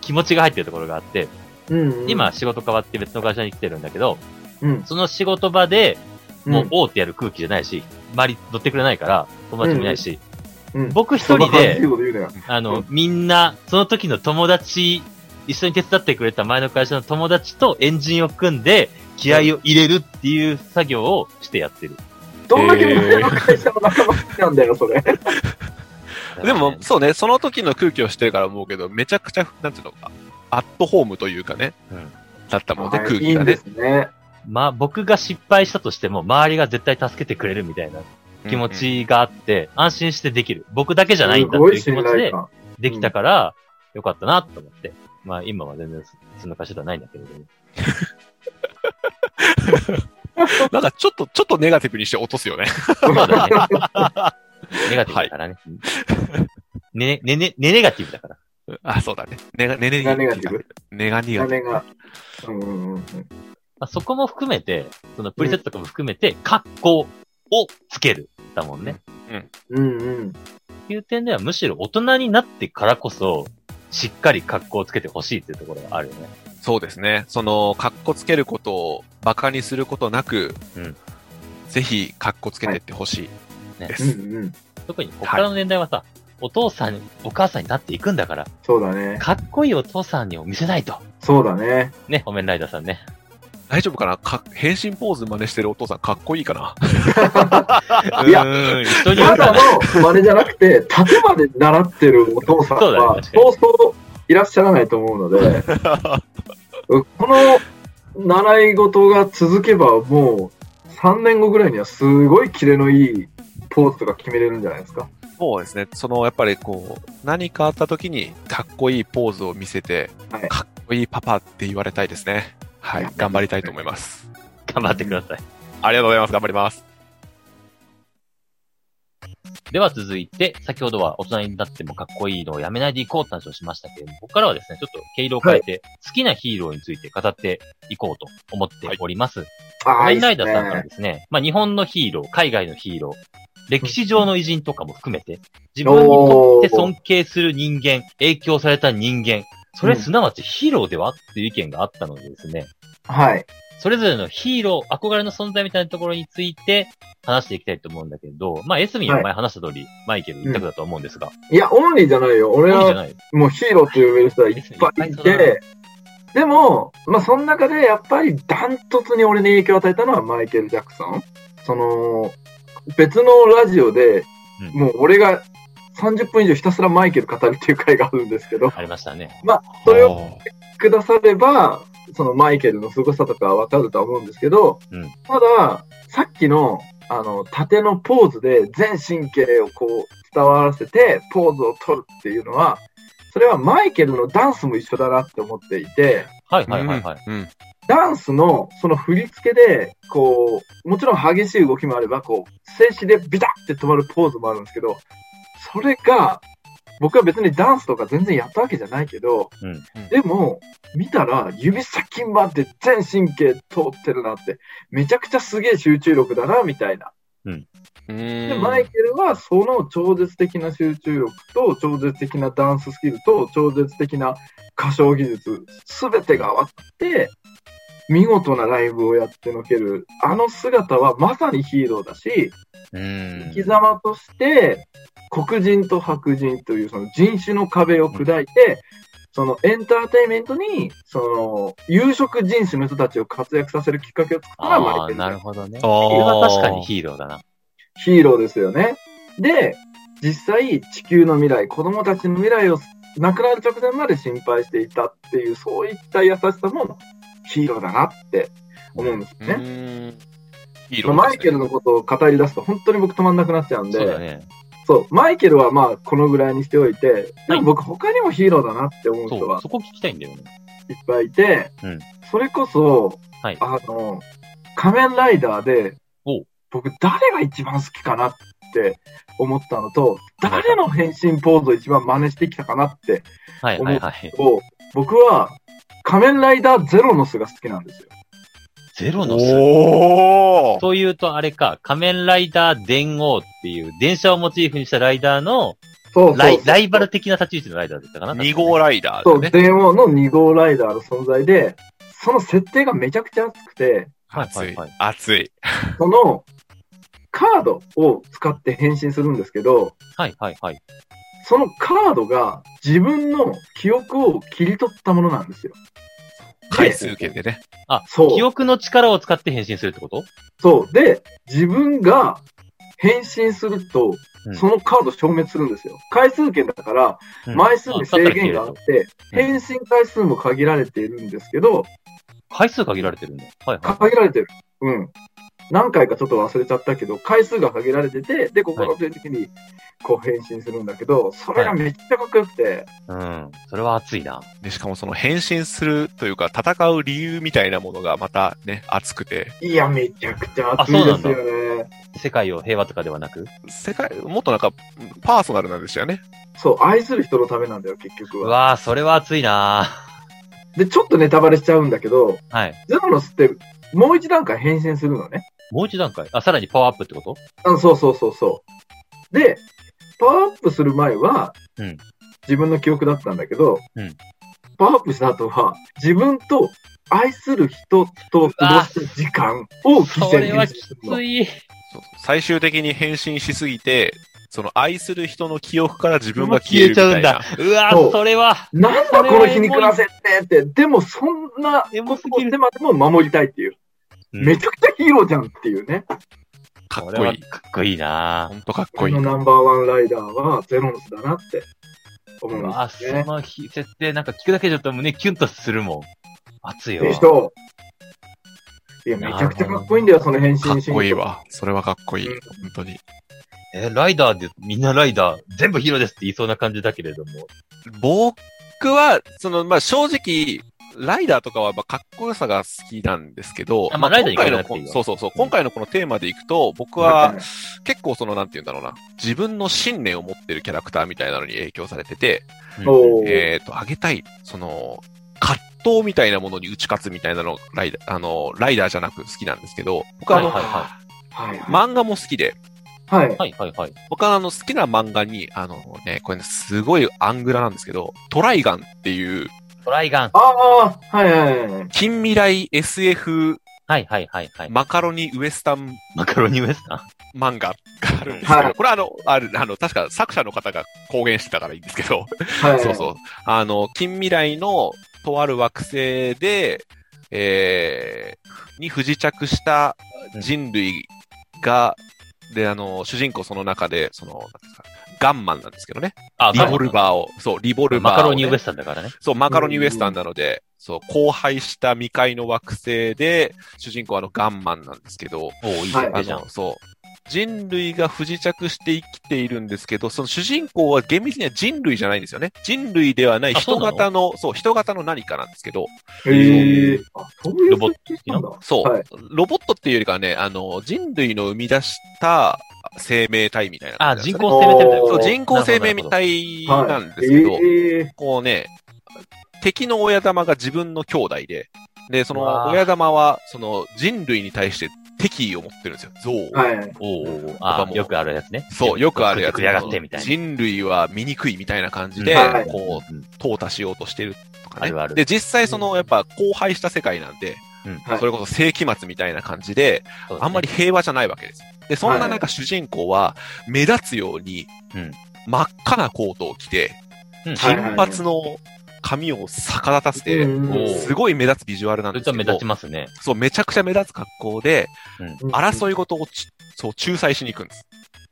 S1: 気持ちが入ってるところがあって、
S2: うんうん、
S1: 今、仕事変わって別の会社に来てるんだけど、
S2: うん、
S1: その仕事場で、もう、
S2: ん
S1: おーってやる空気じゃないし、周り乗ってくれないから、友達もいないし、
S2: うんうん
S1: 僕一人
S2: そんな感じ
S1: で
S2: いい、こと言うね。
S1: あの、みんな、その時の友達、一緒に手伝ってくれた前の会社の友達とエンジンを組んで、気合を入れるっていう作業をしてやってる。
S2: どんだけ
S3: えー
S2: 前の会社の仲間なんだよ、そ れ。
S3: でも、そうね、その時の空気をしてるから思うけど、めちゃくちゃ、なんていうのか、アットホームというかね、
S1: うん
S3: だったもんね、
S2: はい
S3: 空
S2: い
S3: 気
S2: い
S3: が
S2: ん
S3: ね。
S2: ですね。
S1: まあ、僕が失敗したとしても、周りが絶対助けてくれるみたいな気持
S3: うんうん
S1: ちがあって、安心してできる。僕だけじゃないんだっ
S2: す
S1: て
S2: ご
S1: い
S2: いう
S1: 気
S2: 信
S1: 持ち
S2: 頼
S1: で
S2: 感。
S1: できたから、よかったなと思って。まあ、今は全然そそんな会社ではないんだけれ ども。
S3: なんかちょっと、ちょっとネガティブにして落とすよね。
S1: そうだね。ネガティブだからね。ね、ね、ね、ね、ネガティブだから。
S3: あ、そうだね。ネガ、ネネ
S2: ネガネガティブ。
S3: ネガネガティ
S2: 金が。うんうんうん
S1: まあ、そこも含めて、そのプリセットとかも含めて、格好をつける。だもんね。
S2: うんうん。
S1: っていう点では、むしろ大人になってからこそ、しっかり格好をつけてほしいっていうところがあるよね。
S3: ブ。そうですね。その、かっこつけることをバカにすることなく、
S1: うん
S3: ぜひ、かっこつけてってほしい
S1: ね
S3: で
S2: う
S3: す。
S2: んうん。
S1: 特にここからの年代はさ、お父さん、お母さんになっていくんだから、
S2: そうだね。
S1: かっこいいお父さんにを見せないと。
S2: そうだね。
S1: ね、お面ライダーさんね。
S3: 大丈夫かなか変身ポーズ真似してるお父さんかっこいい かな
S2: いや
S1: うーん、人によ
S2: た
S1: るから
S2: だ
S1: ね。
S2: の、あれじゃなくて、縦まで習ってるお父さん
S1: そうだね
S2: は、
S1: 確か
S2: そうそういらっしゃらないと思うので、この習い事が続けば、もう、3年後ぐらいにはすごいキレのいいポーズとか決めれるんじゃないですか。
S3: そうですね。その、やっぱりこう、何かあった時に、かっこいいポーズを見せて、
S2: はい
S3: かっこいいパパって言われたいですね。はい。頑張りたいと思います。
S1: 頑張ってください。
S3: ありがとうございます。頑張ります。
S1: では続いて、先ほどは大人になってもかっこいいのをやめないでいこうって話をしましたけれども、ここからはですね、ちょっと毛色を変えて、好きなヒーローについて語っていこうと思っております。
S2: ああ、
S1: ラ
S2: い
S1: イ
S2: い
S1: ン
S2: で
S1: ライ
S2: す
S1: ダーさんから
S2: ね。
S1: ですね、まあ日本のヒーロー、海外のヒーロー、歴史上の偉人とかも含めて、自分にとって尊敬する人間、影響された人間、それすなわちヒーローではっていう意見があったのでですね、
S2: はい。
S1: それぞれのヒーロー、憧れの存在みたいなところについて話していきたいと思うんだけど、まあ、エスミンは前話した通り、マイケル一択だと思うんですが、
S2: いや、オンリーじゃないよ。
S1: そ
S2: 俺
S1: うじゃ
S2: は
S1: ない。
S2: もうヒーローと呼べる人はいっぱいいて、でも、まあ、その中でやっぱりダントツに俺に影響を与えたのはマイケル・ジャクソン。その、別のラジオで、
S1: うん
S2: もう俺が30分以上ひたすらマイケル語るっていう回があるんですけど、
S1: ありましたね。
S2: それを
S3: を、
S2: くだされば、そのマイケルの凄さとかわかるとは思うんですけど、
S1: うん
S2: ただ、さっきの、あの、縦のポーズで全神経をこう伝わらせて、ポーズを取るっていうのは、それはマイケルのダンスも一緒だなって思っていて、
S1: はいはいはいはい。
S3: うん。うん
S2: ダンスのその振り付けで、こう、もちろん激しい動きもあれば、こう、静止でビタッて止まるポーズもあるんですけど、それが、僕は別にダンスとか全然やったわけじゃないけど、
S1: うん
S2: でも、見たら指先まで全神経通ってるなって、めちゃくちゃすげえ集中力だな、みたいな。
S3: う
S2: で、
S3: ーん
S2: マイケルはその超絶的な集中力と、超絶的なダンススキルと、超絶的な歌唱技術、すべてが合わさって、見事なライブをやってのける、あの姿はまさにヒーローだし、
S1: う
S2: 生
S1: ん
S2: き。様として、黒人と白人というその人種の壁を砕いて、そのエンターテインメントに、その、有色人種の人たちを活躍させるきっかけを作ったのは
S1: あ
S2: マイ
S1: あ、
S2: ケル
S1: な
S2: だ
S1: るほどね。
S3: あ
S1: こ
S3: ー
S1: れは確かにヒーローだな。
S2: ヒーローですよね。で、実際地球の未来、子供たちの未来を亡くなる直前まで心配していたっていう、そういった優しさもヒーローだなって思うんですよ
S3: う
S2: ね。
S3: ーんヒー
S2: ま
S3: ロ
S2: あ
S3: ー
S2: マイケルのことを語り出すと本当に僕止まんなくなっちゃうんで、
S1: そうだね。
S2: そうマイケルはまあこのぐらいにしておいて、で
S1: はい
S2: も僕他にもヒーローだなって思う人
S1: そ
S2: は
S1: う、そこ聞きたいんだよね。
S2: いっぱいいて、
S1: うん
S2: それこそ、
S1: はい
S2: あの、仮面ライダーで
S1: おう、
S2: 僕誰が一番好きかなっって思ったのと、誰の変身ポーズを一番真似してきたかなって、
S1: はいはいはい。
S2: を僕は仮面ライダーゼロの巣が好きなんですよ。
S1: ゼロの巣。
S3: おー
S1: というとあれか、仮面ライダー電王っていう電車をモチーフにしたライダーの
S2: そうそう
S1: ライライバル的な立ち位置のライダーだったかな。
S3: 二号ライダ
S2: そ
S3: ー
S2: う、
S3: ですね。
S2: 電王の2号ライダーの存在で、その設定がめちゃくちゃ熱くて、
S1: はい
S3: 熱
S1: はい
S3: い
S1: はい。。
S3: 熱い。
S2: そのカードを使って変身するんですけど、
S1: はいはいはい。
S2: そのカードが自分の記憶を切り取ったものなんですよ。
S3: 回数券でね。
S1: あ、
S2: そう
S1: 記憶の力を使って変身するってこと
S2: そう。で、自分が変身すると
S1: うん、
S2: そのカード消滅するんですよ。回数券だから、
S1: うん
S2: 枚数に制限があ
S1: あだ
S2: っ
S1: ったら消えると
S2: て、
S1: うん
S2: 変身回数も限られているんですけど、
S1: 回数限られてるんだ。はいはい。
S2: 限られてる。うん。何回かちょっと忘れちゃったけど、回数が限られてて、で、ここの時に、こう変身するんだけど、それがめっちゃかっこよくて、
S1: うん。それは熱いな。
S3: で、しかもその変身するというか、戦う理由みたいなものがまたね、熱くて、
S2: いや、めちゃくちゃ熱いですよね。
S1: 世界を平和とかではなく。
S3: 世界、もっとなんか、パーソナルなんですよね。
S2: そう、愛する人のためなんだよ、結局
S1: う
S2: は。
S1: わー、それは熱いな
S2: で、ちょっとネタバレしちゃうんだけど、
S1: はい。
S2: ゼロのスって、もう一段階変身するのね。
S1: もう一段階。あ、さらにパワーアップってこと
S2: あそうそうそうそう。で、パワーアップする前は、
S1: うん
S2: 自分の記憶だったんだけど、
S1: うん
S2: パワーアップした後は、自分と愛する人と過ごす時間を犠
S1: そ
S2: 牲に
S1: れは
S2: す
S1: き
S2: るの
S1: つい。
S3: そう最終的に変身しすぎて、その愛する人の記憶から自分が消えるみたいな。。
S1: うわ
S2: そ
S1: ー、
S2: う
S1: それは。
S2: なんだこの皮肉な設定って、でもそんな
S1: エモ
S2: こ
S1: すぎ
S2: と
S1: る
S2: でまでも守りたいっていう、め
S1: ち
S2: ちゃくちゃヒーローじゃんっていうね、
S1: ゃ
S3: かっこいい。
S1: かっこいいな
S3: ほんとかっこ
S2: こ
S3: いい
S2: の。ナンバーワンライダーはゼロのスだなって思い
S1: ー。
S2: ま
S1: あ、
S2: す
S1: そ
S2: ね。
S1: の日設定なんか聞くだけでちょっと胸キュンとするもん。熱いよ
S2: で。しょう。いや、めちゃくちゃかっこいいんだよ、その変身シ
S3: か
S2: ーン
S3: っこいいわ。それはかっこいい。本当に。
S1: え、ライダーで、みんなライダー、全部ヒーローですって言いそうな感じだけれども。
S3: 僕は、その、まあ、正直、ライダーとかは、まあ、かっこよさが好きなんですけど、
S1: あまあライダーに
S3: 今回の
S1: 限らなくていい
S3: こ、
S1: よ
S3: そうそうそう、今回のこのテーマでいくと、僕
S2: は
S3: は、結構その、なんて言うんだろうな、自分の信念を持ってるキャラクターみたいなのに影響されてて、
S2: おー
S3: えっ、と、あげたい、その、葛藤みたいなものに打ち勝つみたいなの、ライダー、あの、ライダーじゃなく好きなんですけど、僕はあの、
S1: はいは
S2: はい。
S3: 漫画も好きで、
S2: はい。
S1: はいはいはい。
S3: 僕はあの、好きな漫画に、あのね、これね、すごいアングラなんですけど、トライガンっていう、
S1: トライガン。
S2: ああ、はいはいはい。
S3: 近未来 SF
S1: はいはいはいはい。
S3: マカロニウエスタン
S1: マカロニウエスタン。
S3: 漫画があるんですけど、
S2: はい
S3: これあの、ある、あの、確か作者の方が公言してたからいいんですけど、
S2: はい、
S3: そうそう。あの、近未来のとある惑星で、えー、に不時着した人類が、で、あの、主人公その中で、その、なんですか、ガンマンなんですけどね。
S1: あ
S3: リボルバーを、そう、リボルバーを
S1: マ
S3: ね、
S1: カロニウエスタンだからね。
S3: そう、マカロニウエスタンなので、そう、荒廃した未開の惑星で、主人公はあのガンマンなんですけど、
S1: おおいい
S2: はい
S1: 設
S3: あ
S1: 定じゃん
S3: の、。そう、人類が不時着して生きているんですけど、その主人公は厳密には人類じゃないんですよね。人類ではない
S1: あそう
S3: 人
S1: なの
S3: 型の、そう、人型の何かなんですけど、
S2: へえ。あ、そういう
S1: ロボット
S2: 設定なんだ。
S3: そう、
S2: はい
S3: ロボットっていうよりかはね、あの、人類の生み出した生命体みたいな
S1: あ、
S3: 感じ
S1: 人
S3: なんですよね。
S1: 工生命体みたいな。
S3: そう、人工生命
S1: い。
S3: 体
S2: はい。
S3: なんですけど、
S2: ええ
S3: こうね、敵の親玉が自分の兄弟で、で、そうの
S1: わー
S3: 親玉は、その人類に対して敵意を持ってるんですよ。憎悪。
S2: はい。
S1: おうおうおうあよくあるやつね。
S3: そう、よくあるやつ。
S1: 食いやがってみたいな。
S3: 人類は醜いみたいな感じで、
S2: はい
S3: こう、淘汰しようとしてるとかね。
S1: あるある
S3: で、実際その、やっぱ、荒廃した世界なんで、
S1: うん
S2: はい
S3: それこそ世紀末みたいな感じで、あんまり、平和じゃないわけです。で、そんな中、主人公は、目立つように
S1: うん、
S3: 真っ赤なコートを着て、
S1: うん
S3: 金髪の髪を逆立たせて、
S2: うん
S1: おう
S3: すごい目立つビジュアルなん
S1: そ
S3: で
S1: れ
S3: す
S1: と
S3: け
S1: 目
S3: ど
S1: 立ち、ますね。
S3: そう、めちゃくちゃ目立つ格好で、
S2: い。
S3: 争い事をち、そう、仲裁しに行くんです。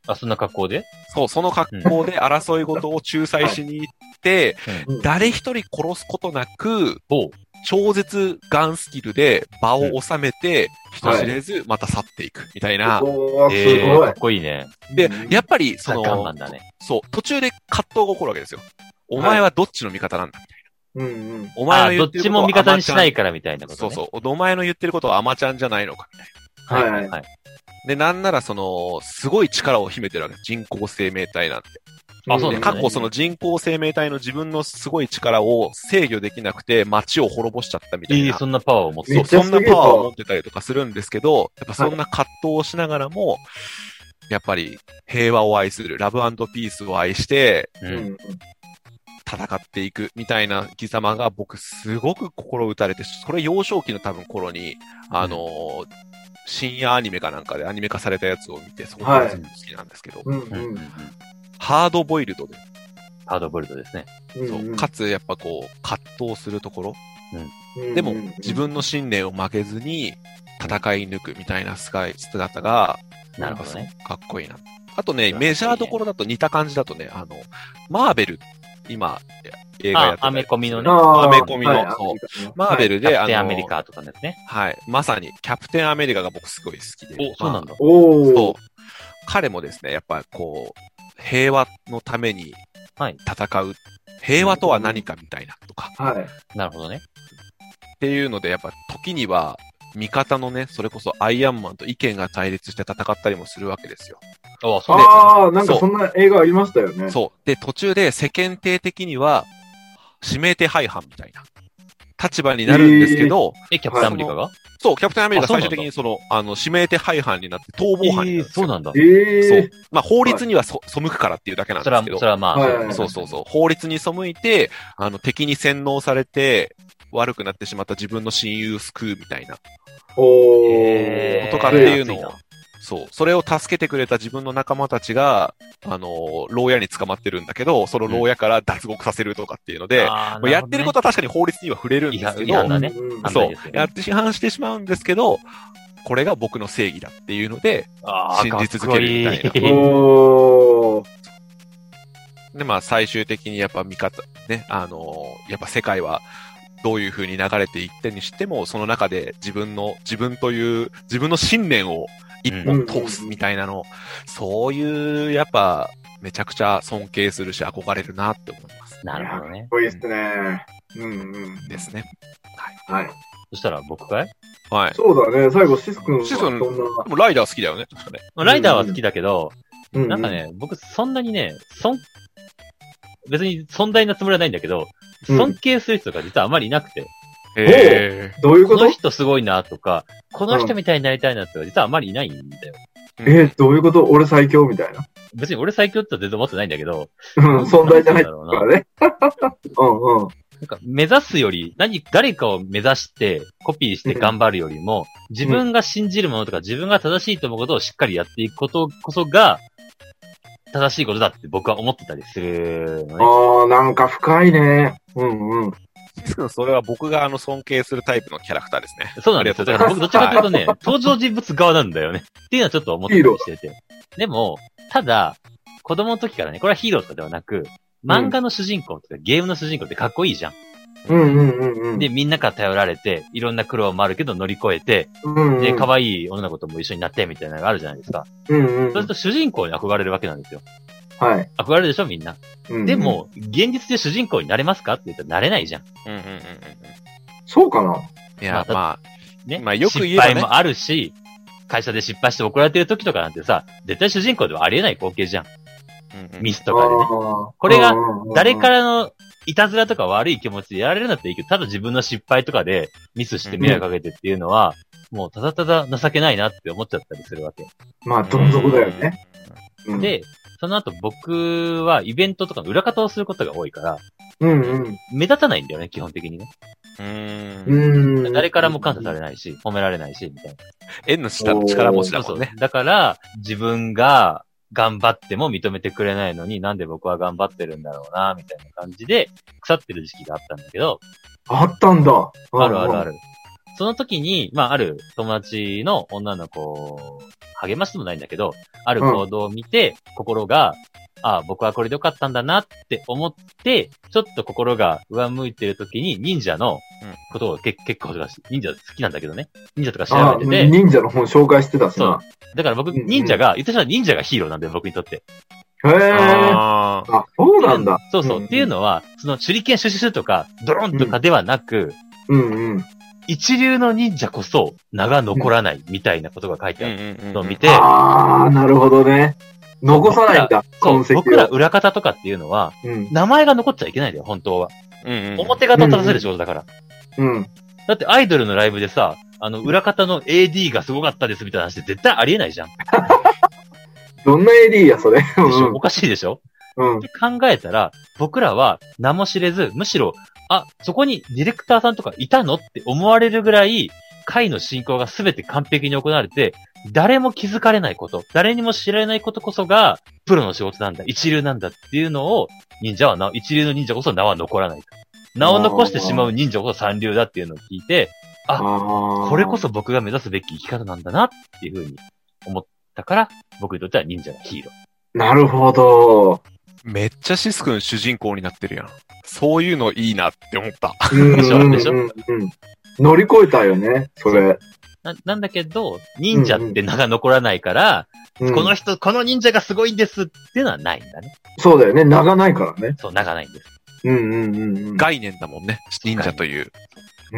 S1: あ、そんな格好で
S3: そう、その格好で争い事を仲裁しに行って、
S2: うん
S3: 誰一人殺すことなく、
S1: おう
S3: 超絶ガンスキルで場を収めて、人知れずまた去っていく、みたいな。
S2: おー
S1: え
S2: す
S1: ー
S2: ご
S1: か
S2: い
S1: っ。こいいね。
S3: で、やっぱり、そ
S1: ガンマ
S3: の
S1: ン、だね。
S3: そう、途中で葛藤が起こるわけですよ。お前はどっちの味方なんだ
S2: うんうん。
S3: お前
S1: あ
S3: は
S1: どっちも味方にしないからみたいなこと
S3: そう
S1: ね。
S3: そう。お前の言ってることはアマちゃんじゃないのかみたい
S1: は
S2: はいい
S1: はいはい。
S3: で、なんならその、すごい力を秘めてるわけ。人工生命体なんて。
S1: あそう
S3: で
S1: なんだ
S3: 過去その人工生命体の自分のすごい力を制御できなくて街を滅ぼしちゃったみたい
S1: ええ
S3: な。
S1: そんなパワーを持つ。
S3: そう
S2: めっちゃ
S3: そ
S2: す
S3: ん
S2: げ
S3: な
S2: え
S3: パワーを持ってたりとかするんですけど、やっぱそんな葛藤をしながらも、やっぱり平和を愛する、ラブピースを愛して
S1: う。
S2: うんん。
S3: 戦っていくみたいな生き様が僕すごく心打たれて、これ幼少期の多分頃に、あのー深夜アニメかなんかでアニメ化されたやつを見て、そこから全部好きなんですけど、
S2: うん。う
S1: うんうんうん
S2: ん。
S3: ハードボイルドで
S1: ハードボイルドですね。
S2: うん。
S3: そううんかつやっぱこう葛藤するところ
S2: うん
S3: でも自分の信念を負けずに戦い抜くみたいな姿が
S1: なるほどね。
S3: かっこいいなあと
S1: かっこい
S3: ね
S1: いね
S3: メジャーどころだと似た感じだとねあのマーベル今映画やっ
S1: あ
S3: て、た
S1: ア
S3: り
S1: メコミのね。
S2: あー
S3: アメコミの
S2: はい
S3: そう
S2: アメコミの
S3: マーベル
S1: キャ
S3: で、
S1: プテン
S3: あ
S1: ア
S3: の
S1: メリカとかですね。
S3: はいまさにキャプテンアメリカが僕すごい好きで
S1: お、そうなんだ。
S2: おー
S3: そう。彼もですね、やっぱりこう、平和のために
S1: はい
S3: 戦う、平和とは何かみたいなとか、
S2: はい。
S1: なるほどね。
S3: っていうので、やっぱ時には、味方のね、それこそアイアンマンと意見が対立して戦ったりもするわけですよ。
S1: ああ、そうですね。
S2: ああ、なんかそんな映画ありましたよね。
S3: そう。で、途中で世間体的には、指名手配犯みたいな立場になるんですけど、
S1: え、キャプテンアメリカが
S3: そう、キャプテンアメリカ
S1: あそう
S3: 最
S1: なんだ
S3: 終的にその、あの、指名手配犯になって逃亡犯に
S1: ええ
S3: なるんです
S1: そう
S3: よ。
S1: なんだ。
S2: え
S3: そ
S2: え
S3: う。まあ、法律にはそ、背くからっていうだけなん
S1: そ
S3: で
S1: れ
S3: す
S1: は、
S3: けど
S1: そ。れはまあ、
S2: はいはいはい
S3: そうそうそう。法律に背いて、あの、敵に洗脳されて、悪くなってしまった自分の親友を救うみたいな
S2: おー
S1: へー
S3: ことかっていうの
S1: 熱い
S3: を
S1: な、
S3: そう。それを助けてくれた自分の仲間たちが、あの、牢屋に捕まってるんだけど、その牢屋から脱獄させるとかっていうので、
S1: あー
S3: もうやってること
S1: な
S3: は確かに法律には触れるんですけ
S1: 違反
S3: ど、
S1: だね
S2: うん
S1: あ
S2: あ
S1: そ
S3: そ
S1: 反対
S3: う
S1: ですよ。ね
S3: やって批判してしまうんですけど、これが僕の正義だっていうので、
S1: ほどね、
S3: 信じ続けるみたいな
S1: あーかっこいい
S2: おー
S3: で、まあ、最終的にやっぱ味方、ね、あのーやっぱ世界はどういう風に流れていってにしても、その中で自分の、自分という、自分の信念を一本通すみたいなの、そういう、やっぱ、めちゃくちゃ尊敬するし、憧れるなって思います。
S1: なるほどね。
S2: こいいですね。うんうん。
S3: ですね。
S2: はい。
S1: そしたら僕かい
S3: はい。
S2: そうだね。最後、シス君は
S3: シス
S2: そん
S3: 君
S2: な。
S3: でもライダー好きだよね、確かね。
S1: まあライダーは好きだけど、
S2: うう
S1: なんか。ね、僕そんなにね、そん、別に尊大なつもりはないんだけど、
S2: うん
S1: 尊敬する人が実はあまりいなくて、
S2: へどういう
S1: こ
S2: こ
S1: の
S2: と
S1: 人すごいなとか、この人みたいになりたいなって人が実はあまりいないんだよ。
S3: うん
S2: え、どういうこと俺最強みたいな。
S1: 別に俺最強って全然思ってないんだけど、
S2: うん、存在じゃない
S1: なんだ
S2: か
S1: ろうな
S2: らね。 うんうん。
S1: なんか目指すより、何、誰かを目指して、コピーして頑張るよりも、自分が信じるものとか自分が正しいと思うことをしっかりやっていくことこそが、正しいことだって僕は思ってたりするのね。
S2: ああ、なんか深いね。うんうん。
S3: シス君、それは僕があの尊敬するタイプのキャラクターですね。
S1: そうなんですよ。だから僕どっちかというとね、 登場人物側なんだよね。っていうのはちょっと思ったりしてて。でも、ただ、子供の時からね、これはヒーローとかではなく、漫画の主人公とかゲームの主人公ってかっこいいじゃん。
S2: うんうんうんうん。
S1: で、みんなから頼られて、いろんな苦労もあるけど乗り越えて、
S2: うんうん、
S1: で、可愛い女の子とも一緒になってみたいなのがあるじゃないですか。
S2: うんうん
S1: それと主人公に憧れるわけなんですよ。
S2: はい。
S1: 憧れるでしょみんな。
S2: うんうん
S1: で、も、現実で主人公になれますかって言ったらなれないじゃん。
S3: うんうんうんうんうん。
S2: そうかない
S3: や、
S1: まあ
S3: まあ、
S1: ね。
S3: まあよく言え
S1: 失
S3: ばね
S1: 敗もあるし、会社で失敗して怒られてる時とかなんてさ、絶対主人公ではありえない光景じゃん。
S3: うんうん
S1: ミスとかでね。こ
S2: こ、
S1: れが、誰かららのいたずらとか悪い気持ちでやられるんだったらいいけど、ただ自分の失敗とかでミスして迷惑かけてっていうのは、もうただただ情けないなって思っちゃったりするわけ。
S2: まあ、どん底だよね。。うん、
S1: で、その後僕はイベントとかの裏方をすることが多いから、
S2: うんうん。
S1: 目立たないんだよね、基本的にね。
S3: うーん。
S2: うん。
S1: 誰からも感謝されないし、褒められないし、みたいな。
S3: 縁の下の力持ちだ
S1: そ
S3: も
S1: うんそう
S3: ね。。
S1: だから、自分が頑張っても認めてくれないのに、なんで僕は頑張ってるんだろうな、みたいな感じで、腐ってる時期があったんだけど、
S2: あったんだ。
S1: あるあるあ
S2: る。
S1: る。その時に、まあ、ある友達の女の子を励ましてもないんだけど、ある行動を見て、心が、ああ、僕はこれでよかったんだなって思って、ちょっと心が上向いてる時に、忍者のことをけ結構、忍者好きなんだけどね。忍者とか調
S2: あ
S1: べてて、
S2: 忍者の本紹介してたしな。
S1: だから僕、
S2: うんうん
S1: 忍者が、言ってしまえば忍者がヒーローなんだよ、僕にとって。
S2: へえ。あ、
S3: あー
S2: そうなんだ。
S1: そうそう。
S2: うん
S1: っていうのは、その手裏剣シュシュシュとか、ドロンとかではなく、
S2: うんうん。
S1: 一流の忍者こそ名が残らないみたいなことが書いてあるのを見て、
S2: ああ、なるほどね。残さないんだ、
S1: そう
S2: 痕跡を。
S1: 僕ら裏方とかっていうのは、
S2: うん。
S1: 名前が残っちゃいけないんだよ、本当は。表方立たせる仕事だから。
S2: うん。
S1: だってアイドルのライブでさ、あの、裏方の AD がすごかったですみたいな話って絶対ありえないじゃん。で
S2: どんな AD や、それ。う
S1: しょ
S2: ん
S1: おかしいでしょ
S2: うん
S1: っ。て考えたら、僕らは名も知れず、むしろ、あ、そこにディレクターさんとかいたのって思われるぐらい、回の進行が全て完璧に行われて、誰も気づかれないこと、誰にも知られないことこそが、プロの仕事なんだ、一流なんだっていうのを、忍者はな、一流の忍者こそ名は残らない。名を残してしまう忍者こそ三流だっていうのを聞いて、あ
S2: ああ。
S1: これこ。そ僕が目指すべき生き方なんだなっていうふうに思ったから、僕にとっては忍者のヒーロー。
S2: なるほど。
S3: めっちゃシス君主人公になってるやん。そういうのいいなって思った。
S2: うん
S1: でしょ
S2: うん
S1: でしょ
S2: うんうん乗り越えたよね、それ。
S1: な、なんだけど、忍者って名が残らないから、
S2: うん
S1: この人、この忍者がすごいんですっていうのはないんだね。
S2: そうだよね、名がないからね。
S1: そう、名がないんです。
S2: うんうんうんうん。
S3: 概念だもんね。忍者という。
S2: うん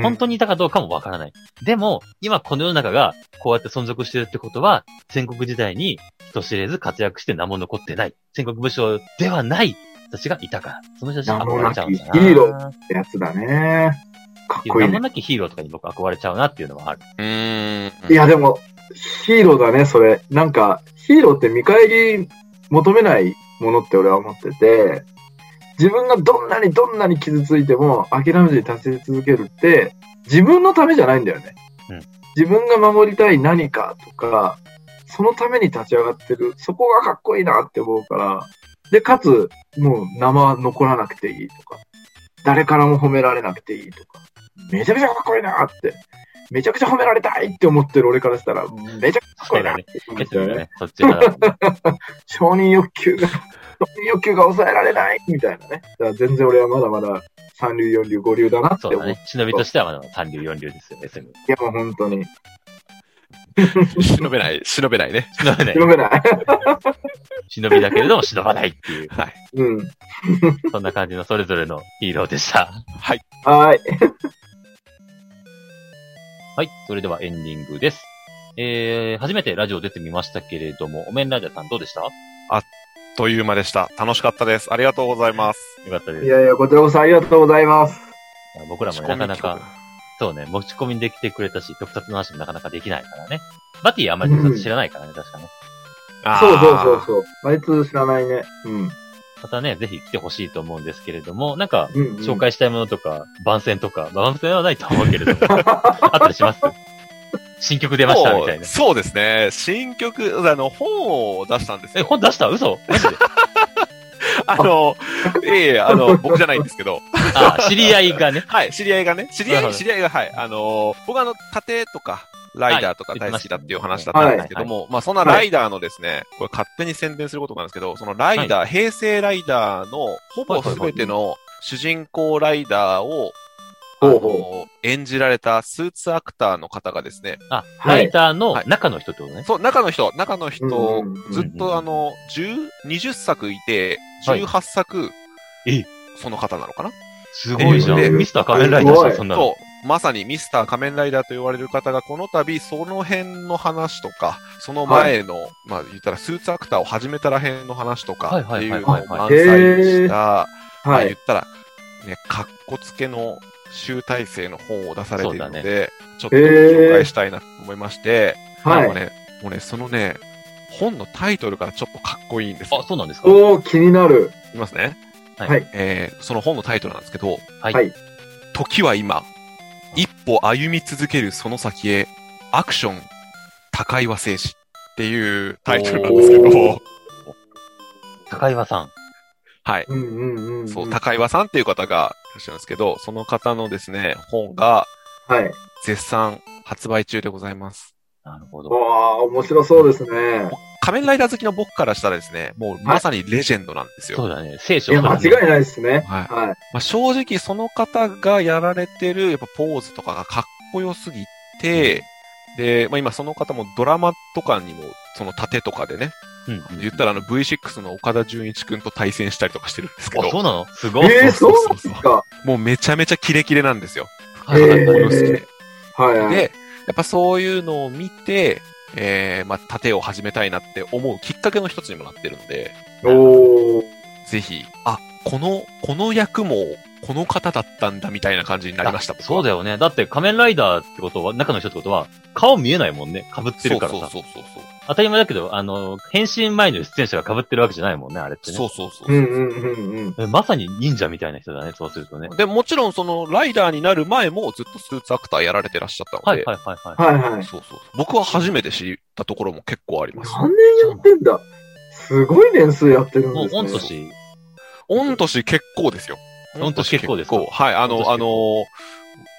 S1: 本当にいたかどうかもわからない。でも、今この世の中がこうやって存続してるってことは、戦国時代に人知れず活躍して名も残ってない。戦国武将ではない人たちがいたから。その人たちに憧れちゃうんだな。
S2: 名もなきヒーロってやつだね。かっ
S1: っていう
S2: こいい
S1: 名も
S2: ね。
S1: なきヒーローとかに僕憧れちゃうなっていうのはある。
S3: うーん。
S2: いや、でも、ヒーローだね、それ。なんか、ヒーローって見返り求めないものって俺は思ってて、自分がどんなにどんなに傷ついても諦めずに立ち続けるって、自分のためじゃないんだよね。
S1: うん
S2: 自分が守りたい何かとか、そのために立ち上がってる、そこがかっこいいなって思うから、で、かつ、もう名は残らなくていいとか、誰からも褒められなくていいとか、めちゃくちゃかっこいいなって、めちゃくちゃ褒められたいって思ってる俺からしたら、めちゃくちゃかっこいいなって思っ
S1: 結
S2: ちゃう
S1: 構
S2: よね。
S1: ね、そっ ちから。
S2: 承認欲求が、承認欲求が抑えられないみたいなね。だから全然俺はまだまだ三流、四流、五流だなって
S1: そう
S2: 思
S1: だ
S2: う。
S1: ね。忍びとしてはまだ三流四流ですよね、すぐ。
S2: いやもう本当に。
S3: 忍べない、忍べないね。
S1: 忍 べない
S2: 広めない。
S1: 忍びだけれども忍ばないっていう、
S3: はい。
S2: うん。
S1: そんな感じのそれぞれのヒーローでした。
S2: はーい。
S1: はい、それではエンディングです。えー、初めてラジオ出てみましたけれども、お面ラジャーさんどうでしたよ
S3: という間でした。楽しかったです。ありがとうございます。
S1: かったです。
S2: いやいや、こちらこそありがとうございます。
S1: 僕らもねなかなか、そうね、持ち込みできてくれたし、特撮の話もなかなかできないからね。バティあんまり特撮知らないからね、確かね。
S3: あー
S2: そうそうそうそう。あいつ知らないね。うん。
S1: またね、ぜひ来てほしいと思うんですけれども、なんか、
S2: うん、うん。
S1: 紹介したいものとか、番宣とか、番宣はないと思うけれども、あったりします新曲出ましたみたいな。
S3: そうそうですね。新曲、あの、本を出したんです
S1: え、
S3: よ。
S1: 本出した嘘マジで
S3: あの、ええあの、僕じゃないんですけど、
S1: あ、知り合いがね。
S3: はい、知り合いがね、知り
S1: なるほ
S3: 合い、
S1: ど
S3: 知り合いが、はい、あの、僕あの、盾とか、ライダーとか
S1: はい
S3: 大好きだっていう話だったんですけども、まあそんなライダーのですね、これ勝手に宣伝することなんですけど、そのライダー、平成ライダーのほぼ全ての主人公ライダーを、あ
S2: ほう
S3: の
S2: ほ、
S3: 演じられたスーツアクターの方がですね、
S1: あ、
S2: はい
S1: ライターの中の人ってことね。
S3: そう、中の人、中の
S2: うんうん
S3: 人
S2: うん、
S3: ずっとあの、10、20作いて、18作、
S1: え
S3: その方なのかな
S1: すごいじゃ
S3: え
S1: ん。
S3: ー
S1: ミスター仮面ライダーじゃん、そんなの。
S3: そう。まさにミスター仮面ライダーと言われる方がこの度その辺の話とか、その前の、まあ言ったらスーツアクターを始めたら辺の話とか
S1: はい
S3: って
S1: はいいうはい
S3: のを
S1: はい
S3: 満載した、まあ
S2: は
S3: 言っ
S2: い。
S3: たら、ね、かっこつけの集大成の本を出されているの
S1: そうだ
S3: で、ちょっと紹介したいなと思いまして、
S2: は
S3: もう
S2: い。
S3: ね、もうね、そのね、本のタイトルからちょっとかっこいいんですよ
S1: あ、そうなんですか
S2: おー、気になる。
S3: いきますね。
S1: はい
S2: はい
S3: えーその本のタイトルなんですけど、
S1: はい
S2: はい
S3: 時は今、一歩歩み続けるその先へ、アクション、高いは静止っていうタイトルなんですけ
S2: おー
S3: ど、
S1: 高岩さん。
S3: はい。
S2: うんうんうんうん。
S3: そう、高岩さんっていう方がいらっしゃるんですけど、その方のですね、本が
S2: はい。
S3: 絶賛発売中でございます。
S1: なるほど。
S2: わー、面白そうですね。
S3: 仮面ライダー好きの僕からしたらですね、もうまさにレジェンドなんですよ。
S1: そうだね。聖
S2: い
S1: 書
S2: や、間違いない
S1: い。
S2: ですね。
S3: はい。
S2: はい。
S3: まあ、正直その方がやられてるやっぱポーズとかがかっこよすぎて、で、まあ、今その方もドラマとかにもその盾とかでね、
S1: うんうん。
S3: 言ったらあの V6 の岡田准一くんと対戦したりとかしてるんですけど
S1: あ、、そうなのすごい。
S2: えー、そう
S3: そう
S2: なんですか。
S3: もうめちゃめちゃキレキレなんですよ。
S1: はい
S2: え
S1: は
S2: ー
S1: い
S3: かっこよすぎて。
S2: はいはい。
S3: で、やっぱそういうのを見て、えー、まあ、盾を始めたいなって思うきっかけの一つにもなってるので、
S2: おー。
S3: ぜひ、あ、この、この役も、この方だったんだみたいな感じになりました。僕は
S1: そうだよね。だって仮面ライダーってことは、中の人ってことは、顔見えないもんね。被ってるからさ。
S3: そうそうそうそう。
S1: 当たり前だけど、あの、変身前の出演者が被ってるわけじゃないもんね、あれってね。
S3: そうそうそう。
S2: うんうんうんうん。
S1: えまさに忍者みたいな人だね、そうするとね。
S3: で、もちろん、その、ライダーになる前もずっとスーツアクターやられてらっしゃったの
S1: はい
S3: で、
S1: はいはいはい。
S2: はいはい。
S3: そうそうそう。僕は初めて知ったところも結構あります。
S2: 何年やってんだすごい年数やってるん
S1: もう
S2: で、す
S1: 御
S2: ね。
S1: 年、
S3: 御年結構ですよ。
S1: 御年結構ですか
S3: 御年はい、あ
S1: 御年結
S3: の、
S1: 構
S3: あの、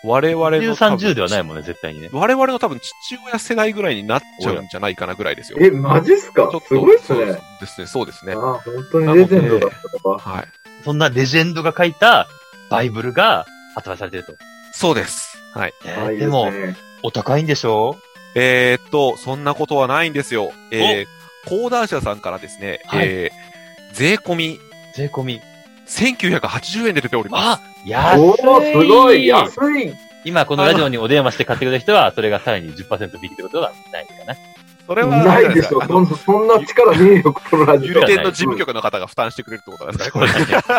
S3: 我々
S1: 10、
S3: の多分。
S1: 30ではないもんね、絶対にね。
S3: 我々の多分父親世代ぐらいになっちゃうんじゃないかなぐらいですよ。
S2: え、マジっすかすごいっす
S3: そう
S2: ね。
S3: ですね、そうですね
S2: あ。あ、本当にレジェンドだったとか。
S3: はい。
S1: そんなレジェンドが書いたバイブルが発売されてると。
S3: そうです。はい。
S1: え
S2: ああい
S1: ー
S2: い
S1: ですも、
S2: ね
S1: お高いんでしょ
S3: えーっと、そんなことはないんですよ。えー、講談社さんからですね、
S1: はい
S3: えー、税込み
S1: 税込み。
S3: 1980円で出ておりま
S1: あ
S3: す。
S1: 安い
S2: おー、すごい安い
S1: 今このラジオにお電話して買ってくれた人は、それがさらに10%引きってことはないかな。
S3: それは、
S2: ないでしょ
S3: あ
S2: そ
S3: の
S2: んそんな力ねえよ、このラジ
S3: ゆ
S2: オ。
S3: る店の事務局の方が負担してくれるってことなんですね。これ
S1: し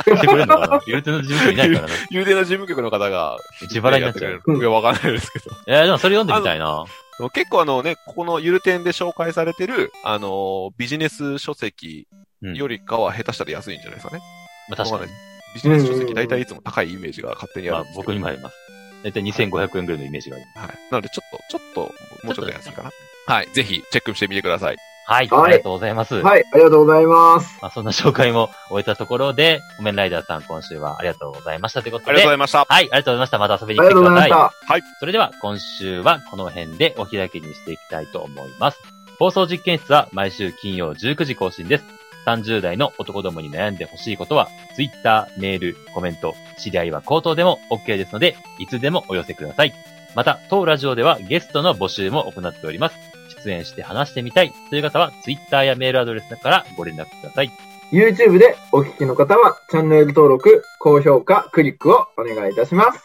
S1: てくれるのかなゆるての事務所いないからな。
S3: ゆる店の事務局の方が、
S1: 自腹になっちゃ
S3: や
S1: う
S3: て。くれるいや、わかんないですけど。
S1: えー、でもそれ読んでみたいな。
S3: 結構あのね、ここのゆる店で紹介されてる、あのービジネス書籍よりかは下手したら安いんじゃないですかね。
S1: まあ確
S3: わ
S1: か
S3: かん
S1: に
S3: ない。ビジネス書
S2: うんうんう
S3: 籍
S2: ん
S3: 大体いつも高いイメージが勝手に
S1: ま
S3: あ
S1: あ
S3: るんですけど。
S1: 僕にもあります。大体2500円ぐらいのイメージがありま
S3: はい。なのでちょっと、ちょっと、もうちょっと安いかな。はい。ぜひチェックしてみてください。
S1: す。はい、
S2: はい
S1: ありがとうございます。
S2: はい、ありがとうございます。
S1: まあ、そんな紹介も終えたところで、コメンライダーさん今週はありがとうございましたということで。
S3: ありがとうございました。
S1: はい、ありがとうございました。また遊び
S2: あ
S1: に来て
S2: りがとう
S1: くだ
S2: ござ
S1: さ
S2: い
S1: い。
S2: まし
S1: それでは今週はこの辺でお開きにしていきたいと思います。放送実験室は毎週金曜19時更新です。30代の男どもに悩んでほしいことは、Twitter、メール、コメント、知り合いは口頭でも OK ですので、いつでもお寄せください。また、当ラジオではゲストの募集も行っております。出演して話してみたいという方は、Twitter やメールアドレスからご連絡ください。
S2: た。YouTube でお聞きの方は、チャンネル登録、高評価、クリックをお願いいたします。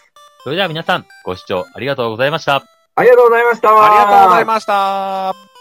S1: それでは皆さん、ご視聴ありがとうございました。
S2: ありがとうございました。
S3: ありがとうございました。